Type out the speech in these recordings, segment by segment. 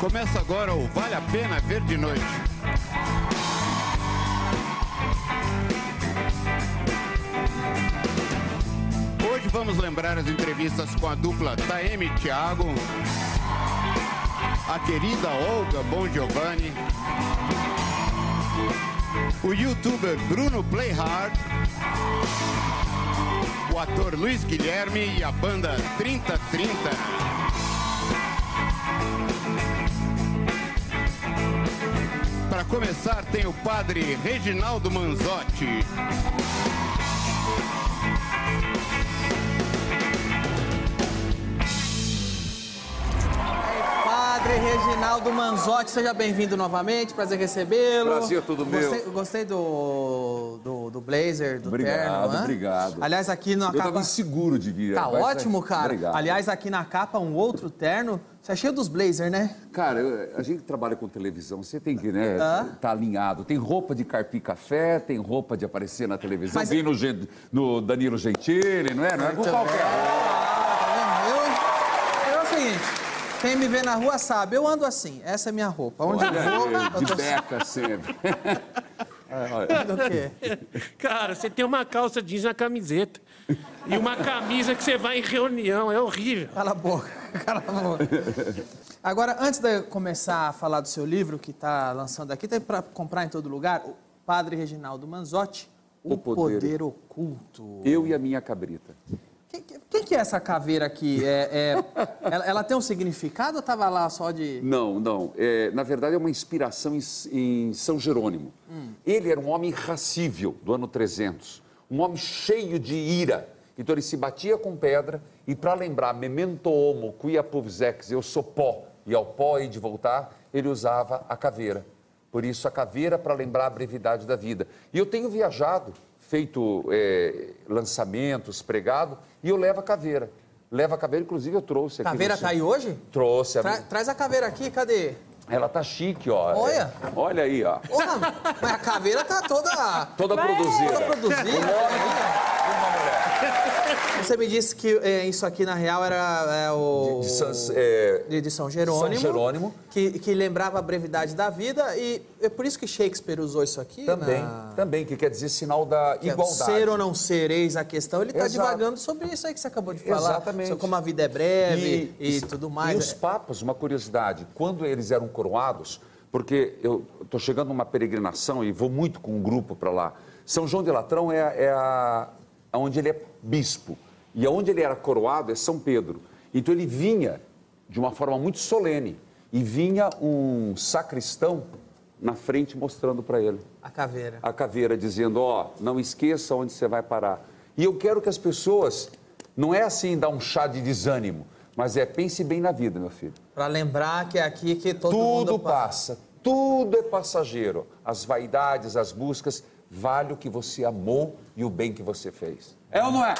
Começa agora o Vale a Pena Ver de Noite. Hoje vamos lembrar as entrevistas com a dupla Taeme Thiago, a querida Olga Bon Giovanni, o youtuber Bruno Playhard, o ator Luiz Guilherme e a banda 3030. Para começar, tem o padre Reginaldo Manzotti. Padre Reginaldo Manzotti, seja bem-vindo novamente, prazer recebê-lo. Prazer todo meu. Gostei, gostei do, do, do blazer, do Obrigado, terno. hã? obrigado. Aliás, aqui na Eu tava capa... inseguro de vir. Tá mas- ótimo, cara. Obrigado. Aliás, aqui na capa, um outro terno. Você é cheio dos blazer, né? Cara, eu- a gente que trabalha com televisão, você tem que, né, Hã? tá alinhado. Tem roupa de carpi café, tem roupa de aparecer na televisão. Mas- Então, Vem no, Gen- no Danilo Gentili, não é? Não é com Muito qualquer. Tá Eu, eu é o seguinte, quem me vê na rua sabe, eu ando assim, essa é minha roupa. Onde eu vou, Olha, eu né? De tô assim. É, beca sempre. do quê? Cara, você tem uma calça jeans na camiseta. E uma camisa que você vai em reunião. É horrível. Cala a boca, cala a boca. Agora, antes de eu começar a falar do seu livro que está lançando aqui, tem para comprar em todo lugar, o Padre Reginaldo Manzotti, O, O Um poder. Poder. Oculto. Eu e a minha cabrita. Quem, que- quem que é essa caveira aqui? É, é- ela, ela tem um significado ou estava lá só de... Não, não. É, na verdade, é uma inspiração em, em São Jerônimo. Ele era um homem irracível do ano 300, um homem cheio de ira. Então ele se batia com pedra e para lembrar memento homo, quia pubis ex, eu sou pó e ao pó hei de voltar, ele usava a caveira. Por isso, a caveira para lembrar a brevidade da vida. E eu tenho viajado, feito é, lançamentos, pregado, e eu levo a caveira. Levo a caveira, inclusive eu trouxe aqui. Caveira no- tá aí hoje? Trouxe. A... Tra- traz a caveira aqui, cadê? Ela tá chique, ó. Olha. É. Olha aí, ó. Porra, mas a caveira tá toda... Toda Toda produzida. produzida. Você me disse que é, isso aqui, na real, era é, o... De Sans- é, de, de São Jerônimo. São Jerônimo. Que, que lembrava a brevidade da vida e é por isso que Shakespeare usou isso aqui. né? Também, na- também, que quer dizer sinal da que é igualdade. Ser ou não sereis a questão. Ele está Exato. divagando sobre isso aí que você acabou de falar. Exatamente. Sobre como a vida é breve e, tudo mais. é. E os papas, uma curiosidade, quando eles eram coroados, porque eu estou chegando numa peregrinação e vou muito com um grupo para lá. São João de Latrão é, a- é a, onde ele é bispo. E onde ele era coroado é São Pedro. Então ele vinha de uma forma muito solene. E vinha um sacristão na frente mostrando para ele A é caveira. a caveira dizendo, ó, não esqueça onde você vai parar. E eu quero que as pessoas, não é assim dar um chá de desânimo, mas é pense bem na vida, meu filho. Para lembrar que é aqui que todo mundo tudo passa. passa, tudo é passageiro. As vaidades, as buscas, vale o que você amou e o bem que você fez. É ou não é?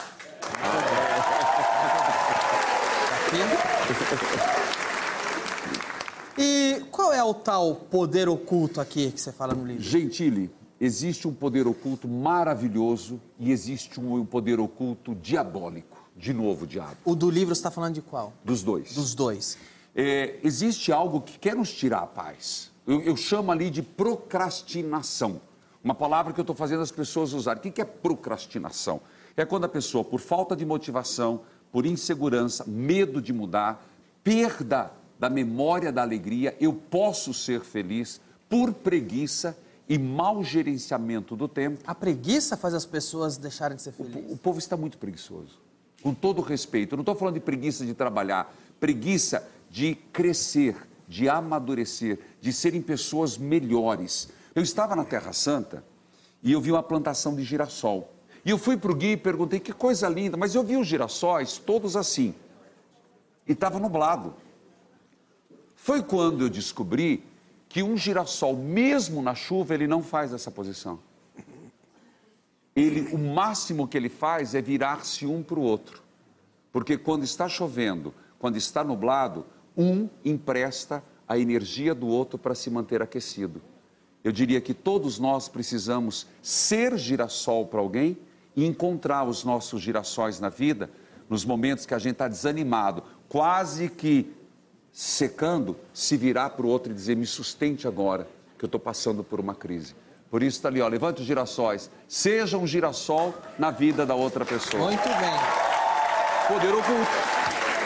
E qual é o tal poder oculto aqui que você fala no livro? Gentile, existe um poder oculto maravilhoso e existe um poder oculto diabólico. De novo, diabo. O do livro você está falando de qual? Dos dois. Dos dois. É, existe algo que quer nos tirar a paz. Eu, eu chamo ali de procrastinação. Uma palavra que eu estou fazendo as pessoas usarem. O que que é procrastinação? É quando a pessoa, por falta de motivação, por insegurança, medo de mudar, perda da memória da alegria, eu posso ser feliz, por preguiça e mau gerenciamento do tempo, A preguiça faz as pessoas deixarem de ser felizes. o povo está muito preguiçoso. Com todo o respeito. Eu não estou falando de preguiça de trabalhar, preguiça de crescer, de amadurecer, de serem pessoas melhores. Eu estava na Terra Santa e eu vi uma plantação de girassol. E eu fui para o guia e perguntei que coisa linda, mas eu vi os girassóis todos assim. E estava nublado. Foi quando eu descobri que um girassol, mesmo na chuva, ele não faz essa posição ele, o máximo que ele faz é virar-se um para o outro. Porque quando está chovendo, quando está nublado, um empresta a energia do outro para se manter aquecido. Eu diria que todos nós precisamos ser girassol para alguém e encontrar os nossos girassóis na vida nos momentos que a gente está desanimado, quase que secando, se virar para o outro e dizer: me sustente agora, que eu estou passando por uma crise. Por isso está ali, ó, levante os girassóis, seja um girassol na vida da outra pessoa. Muito bem. Poder oculto.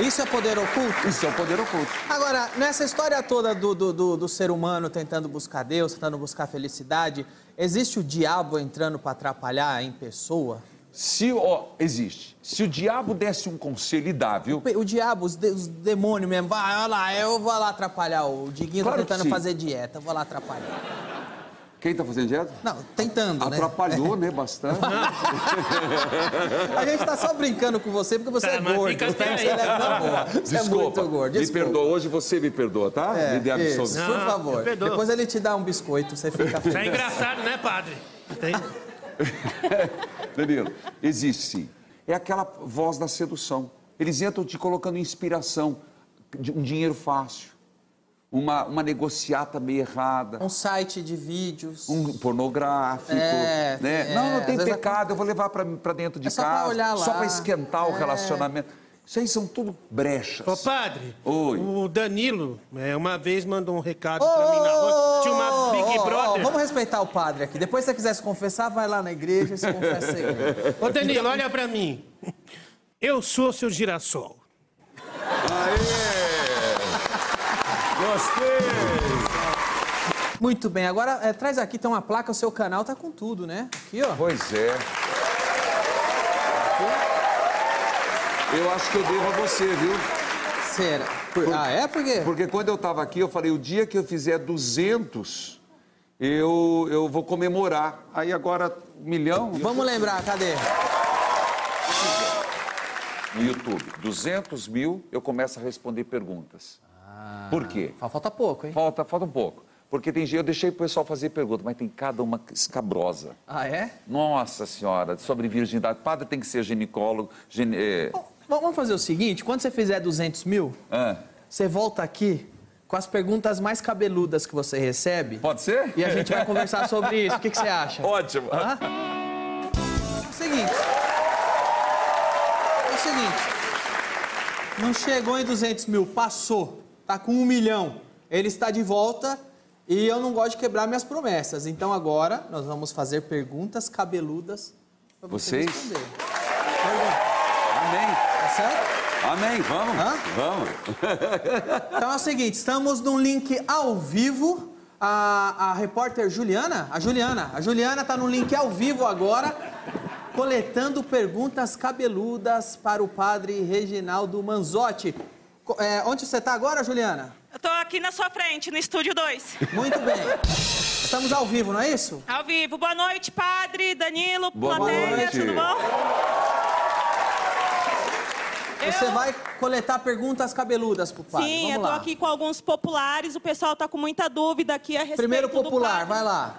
Isso é poder oculto? Isso é o poder oculto. Agora, nessa história toda do, do, do- do ser humano tentando buscar Deus, tentando buscar felicidade, existe o diabo entrando para atrapalhar em pessoa? Se, ó, existe. Se o diabo desse um conselho e dá, viu? O diabo, os, de, os demônios mesmo, vai, olha lá, eu vou lá atrapalhar. O Diguinho Claro tá que tentando sim. fazer dieta, eu vou lá atrapalhar. Quem está fazendo dieta? Não, tentando, né? Atrapalhou, né? Bastante. A gente tá só brincando com você porque você Tá, é mas gordo. fica Você até aí. é, não, boa. Você é Desculpa. muito gordo. Me perdoa. Hoje você me perdoa, tá? É, me dê isso, absolvição. por Não, favor. eu perdoo. Depois ele te dá um biscoito, você fica feliz. Tá engraçado, né, padre? Tem- Danilo, existe sim. É aquela voz da sedução. Eles entram te colocando inspiração, de- um dinheiro fácil, uma, uma negociata meio errada, Um site de vídeos. um pornográfico. É, né? é, não, não às tem vezes pecado, eu vou levar para dentro de É só pra casa, olhar só lá. para esquentar o É. relacionamento. Isso aí são tudo brechas. Ô, padre, Oi. o Danilo, é, uma vez mandou um recado Ô, pra mim na ô, rua. Tinha ô, uma Big ô, ô, Brother. Vamos respeitar o padre aqui. Depois, se você quiser se confessar, vai lá na igreja e se confessa aí. Ô, Danilo, olha pra mim. Eu sou seu girassol. Gostei! Muito bem, agora é, traz aqui, tem uma placa, o seu canal tá com tudo, né? Aqui, ó. Pois é. Eu acho que eu devo a você, viu? Será? Por- Ah, é? Por quê? Porque quando eu estava aqui, eu falei, o dia que eu fizer 200, eu, eu vou comemorar. Aí agora, um milhão Vamos lembrar, cadê? no YouTube. 200 mil, eu começo a responder perguntas. Ah. Por quê? Fa- Falta pouco, hein? Falta, falta um pouco. Porque tem gente, eu deixei o pessoal fazer pergunta, mas tem cada uma escabrosa. Ah, é? Nossa Senhora, sobre virgindade. Padre tem que ser ginecólogo. gine- eh, Bom, Vamos fazer o seguinte, quando você fizer 200 mil, É. ah, você volta aqui com as perguntas mais cabeludas que você recebe Pode ser? e a gente vai conversar sobre isso. O que, que você acha? Ótimo. Hã? É o seguinte. É o seguinte. Não chegou em 200 mil, passou. Tá com um milhão. Ele está de volta e eu não gosto de quebrar minhas promessas. Então agora nós vamos fazer perguntas cabeludas pra você Vocês? responder. Amém. Tá certo? Amém. Vamos. Hã? Vamos. Então é o seguinte, estamos num link ao vivo. A, a repórter Juliana, a Juliana, a Juliana tá num link ao vivo agora, coletando perguntas cabeludas para o padre Reginaldo Manzotti. Co- é, onde você tá agora, Juliana? Eu tô aqui na sua frente, no estúdio 2. Muito bem. Estamos ao vivo, não é isso? Ao vivo. Boa noite, padre, Danilo, Boa plateia, noite. tudo bom? Você Eu- vai coletar perguntas cabeludas pro padre. Sim, Vamos eu tô lá. aqui com alguns populares. O pessoal tá com muita dúvida aqui a respeito Primeiro do popular, padre. vai lá.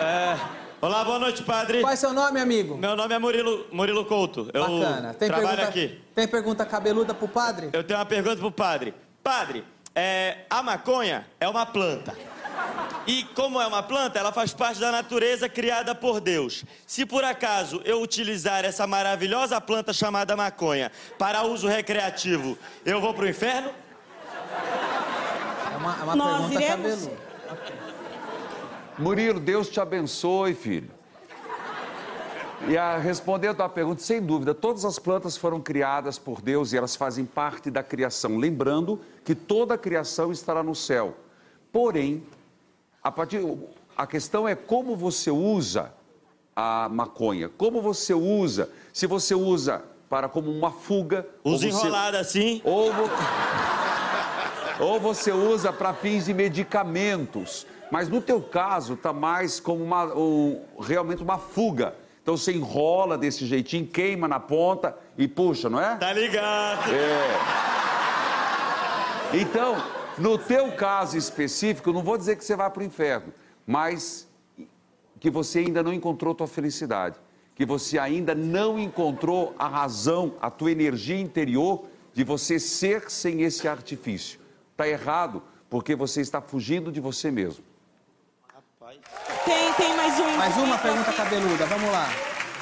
É, Olá, boa noite, padre. Qual é seu nome, amigo? Meu nome é Murilo, Murilo Couto. Eu Bacana. Tem trabalho pergunta, aqui. tem pergunta cabeluda pro padre? Eu tenho uma pergunta pro padre. Padre, é, a maconha é uma planta. E como é uma planta, ela faz parte da natureza criada por Deus. Se por acaso eu utilizar essa maravilhosa planta chamada maconha para uso recreativo, eu vou pro inferno? É uma, é uma Nós pergunta iremos? cabeluda. Murilo, Deus te abençoe, filho. E a, respondendo à pergunta, sem dúvida, todas as plantas foram criadas por Deus e elas fazem parte da criação. Lembrando que toda a criação estará no céu. Porém, a, partir, a questão é como você usa a maconha. Como você usa. Se você usa para como uma fuga. ou Uso você- enrolado assim. ou, vo- ou você usa para fins de medicamentos. Mas no teu caso, tá mais como uma, um- realmente uma fuga. Então você enrola desse jeitinho, queima na ponta e puxa, não é? Tá ligado? Então, no teu caso específico, não vou dizer que você vai para o inferno, mas que você ainda não encontrou tua felicidade, que você ainda não encontrou a razão, a tua energia interior de você ser sem esse artifício. Tá errado, porque você está fugindo de você mesmo. nós. Tem, tem mais um. Mais uma indivíduo pergunta aqui. cabeluda, vamos lá.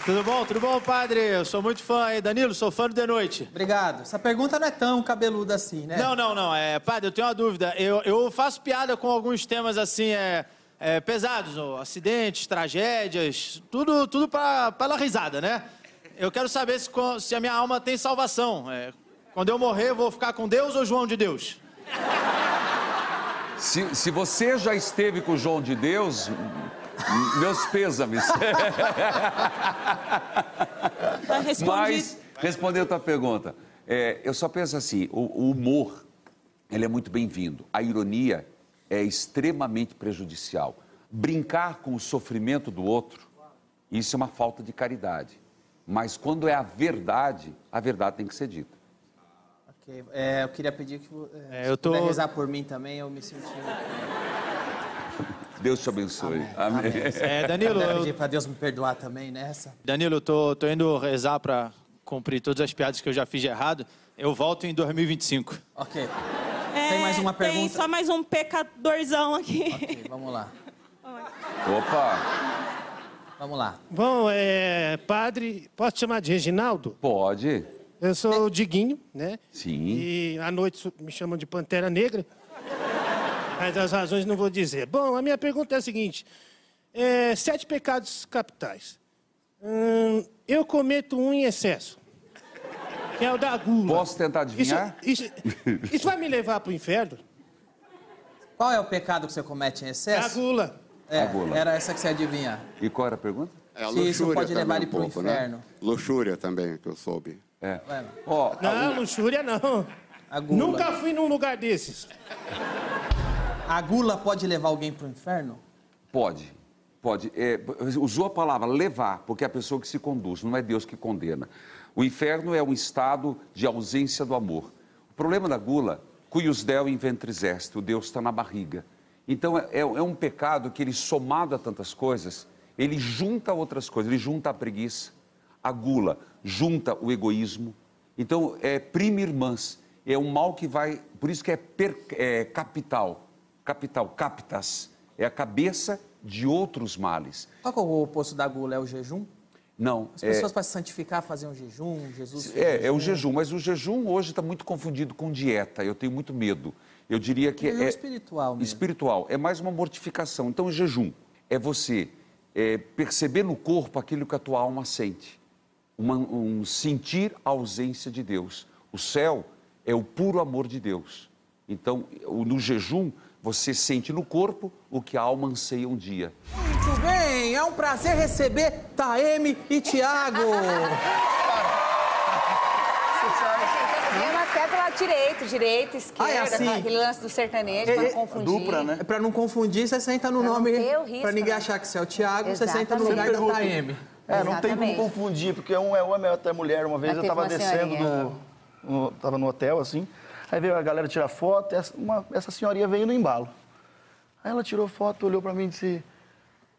Tudo bom? Tudo bom, padre? Eu sou muito fã aí. Danilo, sou fã do The Noite. Obrigado. Essa pergunta não é tão cabeluda assim, né? Não, não, não. É, padre, eu tenho uma dúvida. Eu, eu faço piada com alguns temas assim, é, é, pesados, ó, acidentes, tragédias, tudo, tudo pra, pra dar risada, né? Eu quero saber se, co- se a minha alma tem salvação. É, quando eu morrer, eu vou ficar com Deus ou João de Deus? Se, se você já esteve com o João de Deus, m- meus pêsames. Ah, Tá respondido. Mas, respondendo a tua pergunta, é, eu só penso assim: o, o humor ele é muito bem-vindo, a ironia é extremamente prejudicial. Brincar com o sofrimento do outro, isso é uma falta de caridade. Mas quando é a verdade, a verdade tem que ser dita. Ok, é, eu queria pedir que você É, eu tô- puder rezar por mim também, eu me senti... Deus te abençoe. Amém. É, Danilo, Eu eu, pedi pra Deus me perdoar também né, nessa. Danilo, eu tô, tô indo rezar pra cumprir todas as piadas que eu já fiz de errado. Eu volto em 2025. Ok, É, Tem mais uma Tem pergunta? só mais um pecadorzão aqui. ok, vamos lá. Opa, Vamos lá. Bom, é, padre, posso te chamar de Reginaldo? pode? Eu sou o Diguinho, né? Sim. E à noite su- me chamam de Pantera Negra. Mas as razões não vou dizer. Bom, a minha pergunta é a seguinte: é, sete pecados capitais. Hum, eu cometo um em excesso. Que é o da gula. Posso tentar Isso, adivinhar? isso, isso vai me levar pro inferno? Qual é o pecado que você comete em É a excesso? gula. É, A gula. era essa que você adivinha. E qual era a pergunta? É, a Se isso luxúria pode levar também ele pro inferno. Né? Luxúria também, que eu soube. É. Vai. Ó, Não, luxúria não. A gula. Nunca fui num lugar desses. A gula pode levar alguém pro inferno? Pode. Pode. É, usou a palavra levar, porque é a pessoa que se conduz, não é Deus que condena. O inferno é um estado de ausência do amor. O problema da gula, cuius del in ventris est, o Deus está na barriga. Então é, é um pecado que ele, somado a tantas coisas, ele junta outras coisas, ele junta a preguiça, a gula, junta o egoísmo. Então é prima irmãs, é um mal que vai, por isso que é, per- é capital, capital, captas, é a cabeça de outros males. Qual que é o oposto da gula? É o jejum? Não, As é- pessoas para se santificar faziam um jejum, Jesus fez um é, é o jejum, mas o jejum hoje está muito confundido com dieta, eu tenho muito medo. Eu diria que Jejum é espiritual mesmo. espiritual, é mais uma mortificação. Então, o jejum é você é, perceber no corpo aquilo que a tua alma sente, Uma- um sentir a ausência de Deus. O céu é o puro amor de Deus. Então, o- no jejum, você sente no corpo o que a alma anseia um dia. Muito bem, é um prazer receber Taeme e Tiago. Mesmo até pela direita, direita, esquerda, Ah, é assim? aquele lance do sertanejo, É, pra não confundir. Dupla, né? É Pra não confundir, você senta no Pra não nome. ter o risco, pra ninguém né? achar que você é o Tiago, você senta no Exatamente. lugar da Sempre Taeme. É, não tem como Exatamente. confundir, porque um é homem e outro é mulher. Uma vez Mas teve eu tava uma descendo senhorinha. do, no, tava no hotel, assim, aí veio a galera tirar foto, essa, uma- essa senhorinha veio no embalo. Aí ela tirou foto, olhou pra mim e disse,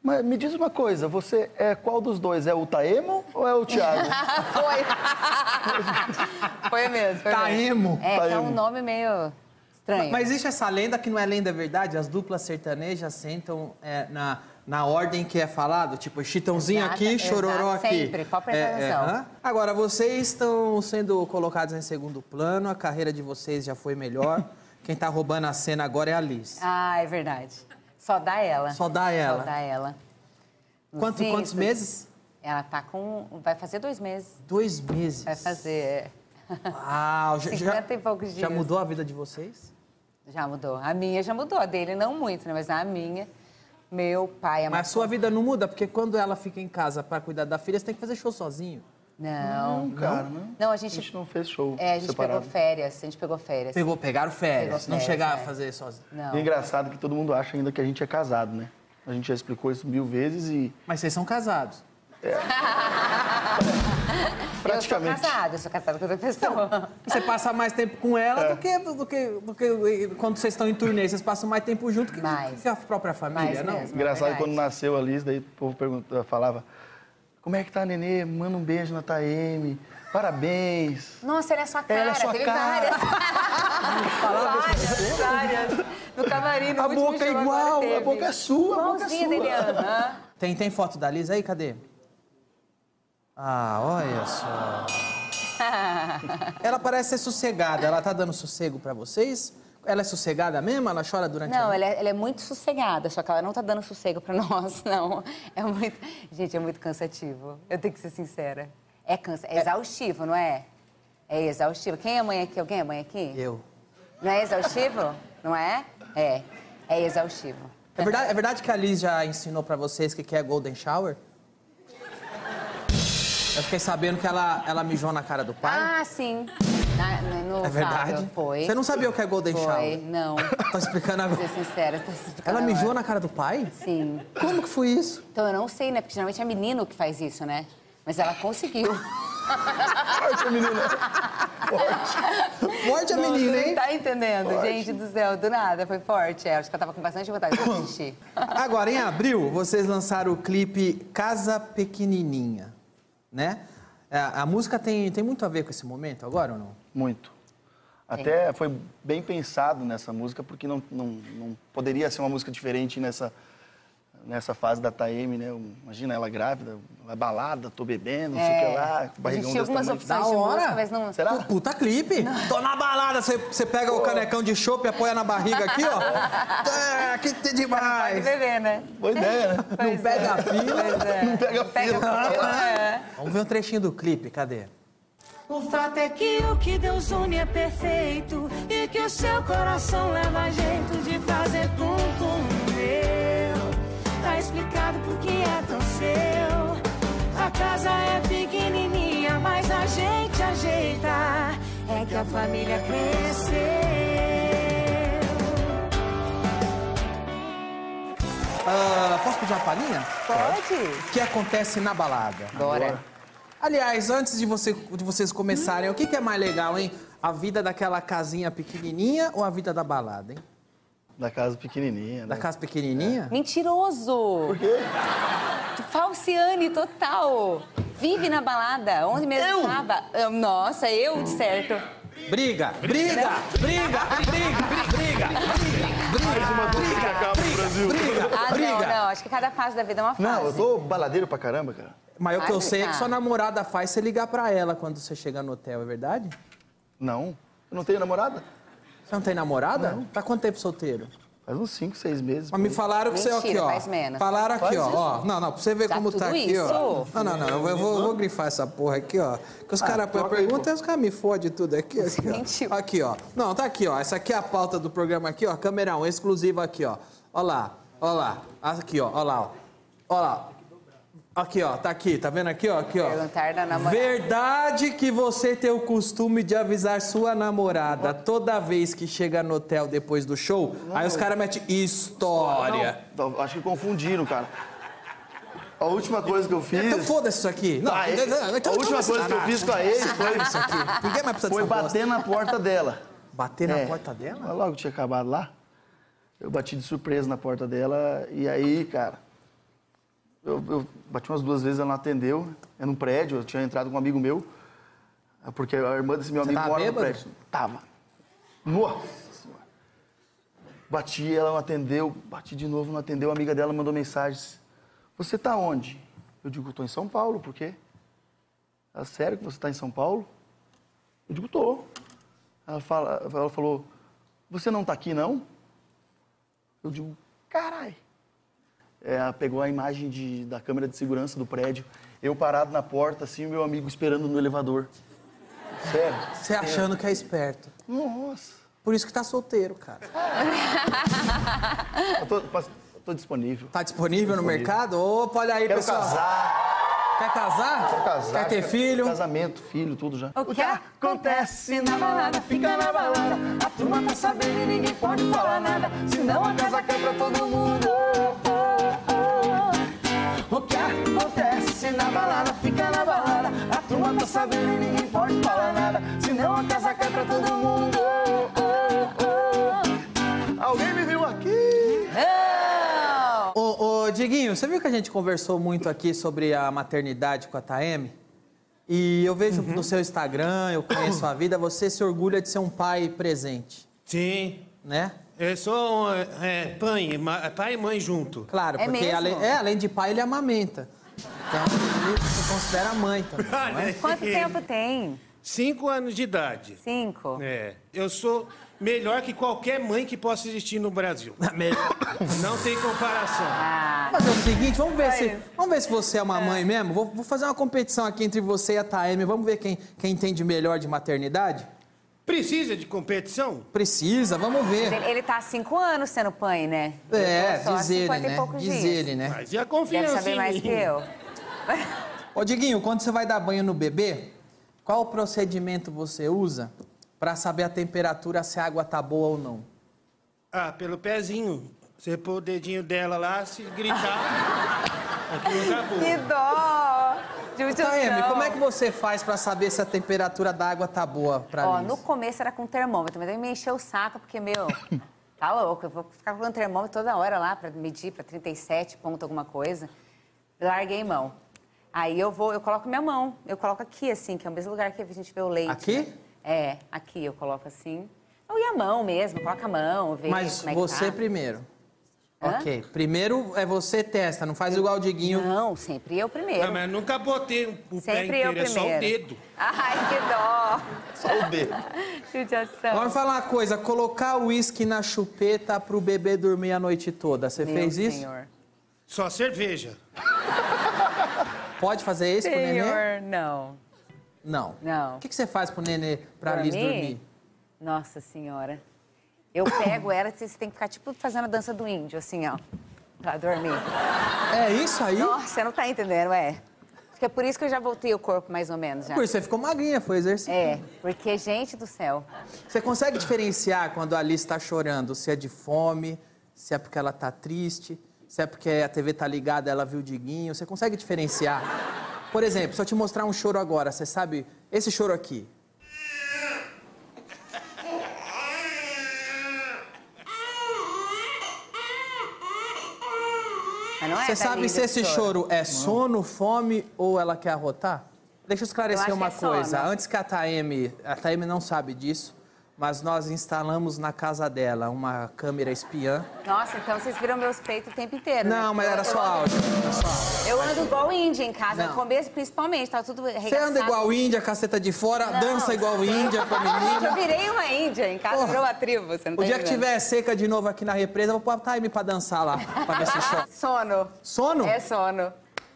mas me diz uma coisa, você é qual dos dois? É o Taemo ou é o Thiago? Foi. foi mesmo, foi Taemo. mesmo. É, que é um Taemo. nome meio estranho. Mas existe essa lenda que não é lenda é verdade? As duplas sertanejas sentam é, na, na ordem que é falado, tipo Chitãozinho Exata- aqui, exato, Chororó aqui. É, sempre, pode prestar atenção. hã? Agora, vocês estão sendo colocados em segundo plano, a carreira de vocês já foi melhor. Quem tá roubando a cena agora é a Liz. Ah, é verdade. Só dá ela. Só dá ela. Só dá ela. Nos Quanto- quantos instas. meses? Ela tá com... vai fazer dois meses. Dois meses. Vai fazer... é. Uau, Ah, já, já- 50 e poucos já dias. mudou a vida de vocês? Já mudou. A minha já mudou. A dele não muito, né? Mas a minha, meu pai... é A Mas a sua vida não muda, porque quando ela fica em casa pra cuidar da filha, você tem que fazer show sozinho. Não. Cara, não. Não, a A gente... gente não fez show É, a gente separado. pegou férias. A gente pegou férias. Pegou, pegaram férias, Pegou não férias, chegar a é. fazer sozinho. Não. E é engraçado que todo mundo acha ainda que a gente é casado, né? A gente já explicou isso mil vezes e Mas vocês são casados. Eu praticamente... sou casada, Ah, eu sou casada com outra pessoa. Você passa mais tempo com ela É. do, que, do, que, do que quando vocês estão em turnê. Vocês passam mais tempo junto que, Mais. que a própria família, Mais não? mesmo. é, é Engraçado Verdade. quando nasceu a Liz, daí o povo pergunta, falava: Como é que tá a nenê? Manda um beijo na Taeme. Parabéns. Nossa, ela é sua cara, Ela é sua assim, teve cara. várias. várias, várias. no camarim, no é A último boca é show agora igual, a teve. boca é sua, a boca é Igualzinha dele, sua. aham. Tem, tem foto da Liz aí? Cadê? Ah, olha só. Ela parece ser sossegada. Ela tá dando sossego pra vocês? Ela é sossegada mesmo? Ela chora durante a Não, noite? ela é, ela é muito sossegada, só que ela não tá dando sossego pra nós, não. É muito. Gente, é muito cansativo. Eu tenho que ser sincera. É cansa, é exaustivo, não é? É exaustivo. Quem é mãe aqui? Alguém é mãe aqui? Eu. Não é exaustivo? Não é? É. É exaustivo. É verdade, é verdade que a Liz já ensinou pra vocês que que é Golden Shower? Eu fiquei sabendo que ela, ela mijou na cara do pai. Ah, sim. Na- no- no É verdade? Fábio, Foi. Você não sabia o que é Golden foi. Shower? Não. Tô explicando Pra ser agora. sincera, tô explicando Ela mijou agora. na cara do pai? Sim. Como que foi isso? Então eu não sei, né? Porque geralmente é menino que faz isso, né? Mas ela conseguiu. Forte, menina. Morde a Não, menina, você não hein? tá entendendo, gente do céu, do nada, foi forte. É, acho que ela tava com bastante vontade de assistir. Agora, em abril, vocês lançaram o clipe Casa Pequenininha, né? É, A música tem, tem muito a ver com esse momento agora ou não? Muito. Até foi bem pensado nessa música, porque não, não, não poderia ser uma música diferente nessa, nessa fase da Taeme, né? Imagina ela grávida, ela é balada, tô bebendo, não sei o que lá, com o a gente barrigão tinha desse É. algumas opções tamanho. Da de hora. música, mas não... Será? Pu- Puta clipe! Tô na balada, você- você pega o canecão de chopp e apoia na barriga aqui, ó. É, que tem Pode demais! beber, né? Boa ideia, né? Pois é. pega a fila. Pois é. Não pega fila. É. Vamos ver um trechinho do clipe, cadê? O fato é que o que Deus une é perfeito e que o seu coração leva jeito de fazer tum tum meu. Tá explicado porque é tão seu. A casa é pequenininha, mas a gente ajeita. É que a família cresceu. Ah, posso pedir uma palhinha? Pode? O que acontece na balada? Bora. Aliás, antes de, você- de vocês começarem, o que, que é mais legal, hein? A vida daquela casinha pequenininha ou a vida da balada, hein? Da casa pequenininha, Da né? casa pequenininha? Mentiroso! Por quê? Falciane total! Vive na balada, onde mesmo eu? tava. Eu- Nossa, eu de certo. Briga, briga, briga, briga, briga, briga, briga, briga, briga, Ah, não, briga. não, acho que cada fase da vida é uma fase. É. Não, eu tô baladeiro pra caramba, cara. Mas o que eu Vai sei é que brigar. sua namorada faz você ligar pra ela quando você chega no hotel, é verdade? Não. Eu não tenho namorada? Você não tem namorada? Tá quanto tempo solteiro? Faz uns 5, 6 meses. Mas me por aí. falaram que você, aqui, Mentira, ó. faz menos. Falaram aqui, Faz ó, isso. Uhum. ó. Não, não, pra você ver Já como tá tudo aqui, ó. isso? Não, não, não. Eu, vou- eu vou, eu vou grifar essa porra aqui, ó. Que os caras põem a Ah, troca aí, pergunta e os caras me fodem tudo aqui. Assim, Mentiu. ó. Aqui, ó. Não, tá aqui, ó. Essa aqui é a pauta do programa aqui, ó. Câmera 1, exclusiva aqui, ó. Ó lá, ó lá. Aqui, ó, ó lá, ó. Ó lá. Aqui, ó, tá aqui, tá vendo aqui, ó? Aqui, ó. Perguntar da namorada. Verdade que você tem o costume de avisar sua namorada toda vez que chega no hotel depois do show. Aí os caras metem história. Não, não, acho que confundiram, cara. A última coisa que eu fiz. Então foda-se isso aqui. Não, Ah, é- então- então- então a última foda-se. coisa que eu Ah, fiz com a ex foi- isso aqui. Ninguém mais precisa foi dessa bosta. bater na porta dela. Bater na É. porta dela? Mas logo tinha acabado lá. Eu bati de surpresa na porta dela e aí, cara, eu, eu bati umas duas vezes, ela não atendeu. Era um prédio, eu tinha entrado com um amigo meu, É porque a irmã desse meu amigo tava mora bêbado? no prédio. Tava. Nossa Senhora. Bati, ela não atendeu, bati de novo, não atendeu. A amiga dela mandou mensagens. Você tá onde? Eu digo, tô em São Paulo, por quê? Ela, sério que você tá em São Paulo? Eu digo, tô. Ela, fala, ela falou, você não tá aqui, não? Eu digo, carai. É, Ela pegou a imagem de- da câmera de segurança do prédio, eu parado na porta, assim, o meu amigo esperando no elevador. Sério? Você achando que é esperto. Nossa. Por isso que tá solteiro, cara. Eu tô, pas- eu tô disponível. Tá disponível no mercado? Opa, olha aí, Quero pessoal. casar, Quer casar? quero casar. Quer ter quero- filho? é Casamento, filho, tudo já. O que acontece na balada fica na balada. A turma tá sabendo e ninguém pode falar nada. Senão a casa cai pra todo mundo. O que acontece na balada fica na balada. A turma tá sabendo e ninguém pode falar nada. Senão a casa cai pra todo mundo. Alguém me viu aqui? Ô, ô, Dieguinho, você viu que a gente conversou muito aqui sobre a maternidade com a Taeme? E eu vejo Uhum. no seu Instagram, eu conheço a vida, você se orgulha de ser um pai presente, Sim. né? Eu sou é, pai, e ma- pai e mãe junto. Claro, É porque mesmo? além, é, além de pai, ele amamenta. Então, ele se considera mãe também. não é? Quanto tempo tem? Cinco anos de idade. Cinco? É. Eu sou melhor que qualquer mãe que possa existir no Brasil. Não tem comparação. Ah. Vamos fazer o seguinte, vamos ver, se, vamos ver se você é uma mãe mesmo. Vou, vou fazer uma competição aqui entre você e a Taeme. Vamos ver quem, quem entende melhor de maternidade? Precisa de competição? Precisa, vamos Mas ver. Ele, ele tá há cinco anos sendo pai, né? É, Eu tô só há diz ele, 50 e né? poucos Diz dias. ele, né? Mas e a Deve saber mais que eu. Ô, Diguinho, quando você vai dar banho no bebê, qual procedimento você usa pra saber a temperatura, se a água tá boa ou não? Ah, pelo pezinho. Você pôr o dedinho dela lá, se gritar. aquilo acabou. Que dó! Taeme, como é que você faz pra saber se a temperatura da água tá boa pra Ó, mim? no começo era com termômetro, mas aí me encheu o saco, porque, meu, tá louco. Eu vou ficar com termômetro toda hora lá pra medir pra 37 ponto alguma coisa. Eu larguei mão. Aí eu vou, eu coloco minha mão. Eu coloco aqui, assim, que é o mesmo lugar que a gente vê o leite. Aqui? né? É, aqui eu coloco assim. Ou e a mão mesmo, coloca a mão, vê Mas como é que você tá. primeiro. Hã? Ok. Primeiro é você testa, não faz igual o Diguinho. Não, sempre eu primeiro. Não, mas eu nunca botei o pé Sempre eu inteiro, é só o primeiro. dedo. Ai, que dó! Só o dedo. Judiação. Vamos falar uma coisa, colocar o uísque na chupeta pro bebê dormir a noite toda. Você Meu fez isso? senhor. Só cerveja. Pode fazer isso pro nenê? Senhor, não. Não. Não. O que, que você faz pro nenê pra Pra Liz mim? dormir? Nossa senhora. Eu pego ela, vocês têm que ficar tipo fazendo a dança do índio, assim, ó. Pra dormir. É isso aí? Nossa, você não tá entendendo, é. Acho que é por isso que eu já voltei o corpo, mais ou menos, já. Por isso, você ficou magrinha, foi exercício. É, porque, gente do céu. Você consegue diferenciar quando a Liz tá chorando, se é de fome, se é porque ela tá triste, se é porque a TV tá ligada, ela viu o Diguinho. Você consegue diferenciar? Por exemplo, se eu te mostrar um choro agora, você sabe esse choro aqui. Mas não é Você da sabe Lídia se esse choro é Não. sono, fome ou ela quer arrotar? Deixa eu Eu esclarecer acho uma que é coisa. sono. Antes que a Taeme, a Taeme não sabe disso, mas nós instalamos na casa dela uma câmera espiã. Nossa, então vocês viram meus peitos o tempo inteiro. né? Não, mas Eu- era eu só ando- áudio. Eu ando igual índia em casa, Não. no começo principalmente, tá tudo arregaçado. Você anda igual índia, caceta de fora, Não. dança igual índia com a Gente, menina. eu virei uma índia em casa, Porra. virou uma tribo, você não O tá dia que entendendo. tiver seca de novo aqui na represa, eu vou pôr a Taeme pra dançar lá, pra ver se chora. Sono. Sono? É sono.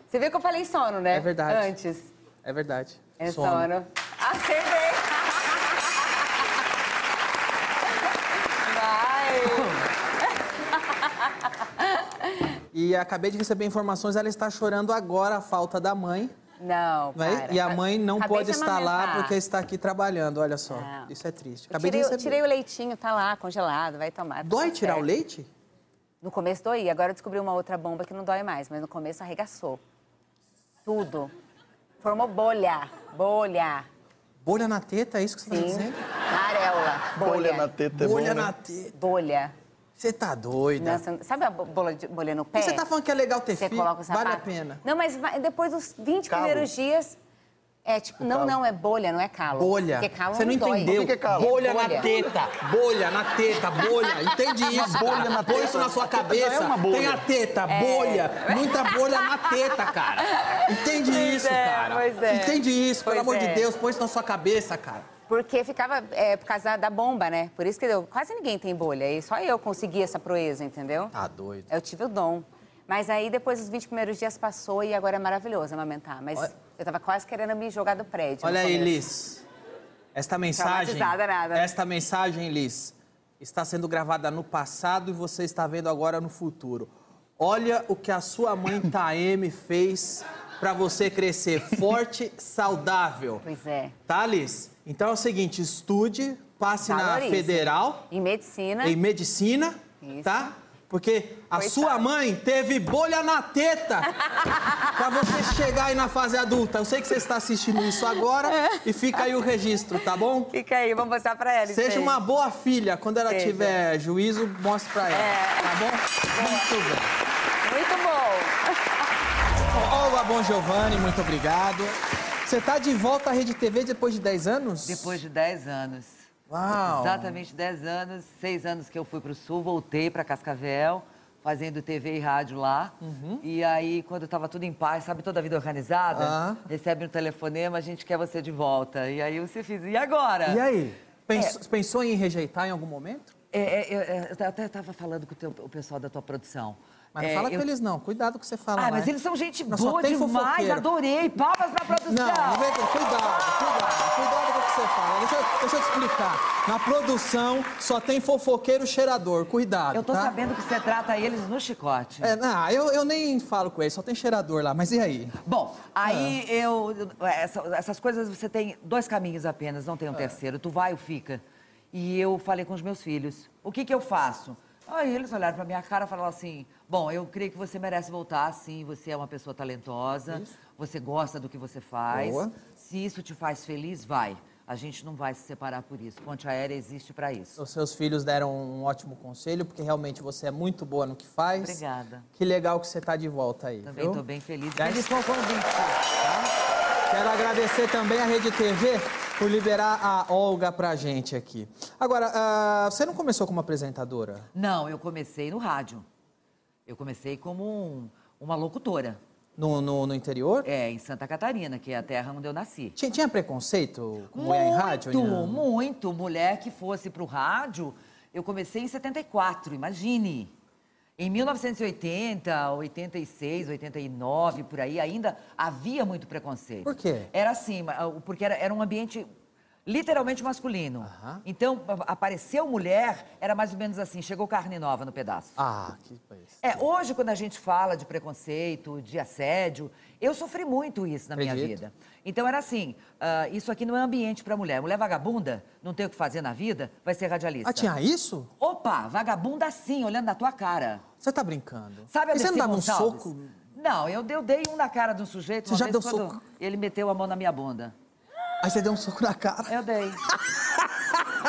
Você viu que eu falei sono, né? É verdade. Antes. É verdade. É sono. Acertei. Vai. E acabei de receber informações, ela está chorando agora a falta da mãe. Não, Né? para. E a mãe não Acabei pode de estar lá amamentar. porque está aqui trabalhando, olha só. Não. Isso é triste. Eu Acabei tirei, de eu receber. tirei o leitinho, tá lá, congelado, vai tomar. tá Dói tudo tirar o certo. leite? No começo doía, agora eu descobri uma outra bomba que não dói mais, mas no começo arregaçou. Tudo. Formou bolha, bolha. Bolha na teta, é isso que você está dizendo? Areola, bolha. Bolha na teta. Bolha. Você tá doida. Nossa, sabe a bo- bola de- bolha no pé? Você tá falando que é legal ter Você filho? coloca o sapato. Vale a pena. Não, mas vai- depois dos 20 Calo. primeiros dias. É tipo, não, não, é bolha, não é calo. Bolha. Porque calo Você não dói. entendeu. é Bolha, na teta, bolha na teta, bolha. Entende Uma isso, bolha cara. na Põe teta. isso na sua A teta cabeça. é uma bolha. Tem a teta, É. bolha. Muita bolha na teta, cara. Entende Pois isso, é, cara. pois é. Entende isso, pelo Pois amor é. de Deus. Põe isso na sua cabeça, cara. Porque ficava é, por causa da bomba, né? Por isso que eu, quase ninguém tem bolha. E só eu consegui essa proeza, entendeu? Tá doido. Eu tive o dom. Mas aí depois dos 20 primeiros dias passou e agora é maravilhoso amamentar. Mas Olha- eu tava quase querendo me jogar do prédio. no Olha aí, começo. Liz. Esta mensagem. Traumatizada nada. Esta mensagem, Liz, está sendo gravada no passado e você está vendo agora no futuro. Olha o que a sua mãe Taeme fez para você crescer forte, saudável. Pois é. Tá, Liz? Então é o seguinte, estude, passe na Valorize. federal, Em medicina. em medicina, tá? Porque a Coitada. sua mãe teve bolha na teta pra você chegar aí na fase adulta. Eu sei que você está assistindo isso agora e fica aí o registro, tá bom? Fica aí, vamos mostrar pra ela. isso Seja aí. uma boa filha. Quando ela Seja. É. tiver juízo, mostre pra ela, tá bom? Muito bem. Muito bom. Olá, Bom Giovanni, muito obrigado. Você tá de volta à Rede TV depois de 10 anos? Depois de 10 anos. Uau! Exatamente 10 anos, 6 anos que eu fui para o Sul, voltei para Cascavel, fazendo TV e rádio lá. Uhum. E aí, quando estava tudo em paz, sabe, toda a vida organizada, Ah. recebe um telefonema, a gente quer você de volta. E aí você fiz, e agora? E aí? Pens- Pensou em rejeitar em algum momento? É, é, é, é, eu até estava falando com o, teu- o pessoal da tua produção. Mas Ah, não É, fala eu- com eles não, cuidado com o que você fala. Ah, mas vai. eles são gente Não, só boa tem demais, fofoqueiro. adorei. Palmas pra produção. Não, não vem com- cuidado, cuidado, cuidado com o que você fala. Deixa, eu- deixa eu te explicar. Na produção só tem fofoqueiro cheirador, cuidado. Eu tô tá? sabendo que você trata eles no chicote. É, não, eu, eu nem falo com ele, só tem cheirador lá, mas e aí? Bom, Aí Ah. eu. essa- essas coisas você tem dois caminhos apenas, não É. tem um terceiro. Tu vai ou fica. E eu falei com os meus filhos: o que, que eu faço? Aí eles olharam pra minha cara e falaram assim: bom, eu creio que você merece voltar, sim, você é uma pessoa talentosa, você gosta do que você faz. Boa. Se isso te faz feliz, vai. A gente não vai se separar por isso. Ponte aérea existe pra isso. Os seus filhos deram um ótimo conselho, porque realmente você é muito boa no que faz. Obrigada. Que legal que você tá de volta aí. Também viu? tô bem feliz. Dez- Feliz com o convite. Quero agradecer também a Rede TV por liberar a Olga pra gente aqui. Agora, ah, você não começou como apresentadora? Não, eu comecei no rádio. Eu comecei como um- uma locutora. No, no, no interior? É, em Santa Catarina, que é a terra onde eu nasci. Tinha, tinha preconceito com mulher em rádio? Muito, Não. muito. Mulher que fosse pro rádio, eu comecei em 74, imagine. Em 1980, 86, 89, por aí, ainda havia muito preconceito. Por quê? Era assim, ma- o- porque era, era um ambiente literalmente masculino. Então, a- apareceu mulher, era mais ou menos assim, chegou carne nova no pedaço. Ah, que país. É, hoje quando a gente fala de preconceito, de assédio, eu sofri muito isso na minha Acredito. vida. Então era assim, ah, isso aqui não é ambiente pra mulher. Mulher vagabunda, não tem o que fazer na vida, vai ser radialista. Ah, tinha isso? Opa, vagabunda sim, olhando na tua cara. Você tá brincando? Sabe a e você não Dercy dava um Gonçalves? soco? Não, eu, eu dei um na cara de um sujeito Você uma já vez deu quando soco? ele meteu a mão na minha bunda. Aí você deu um soco na cara. Eu dei.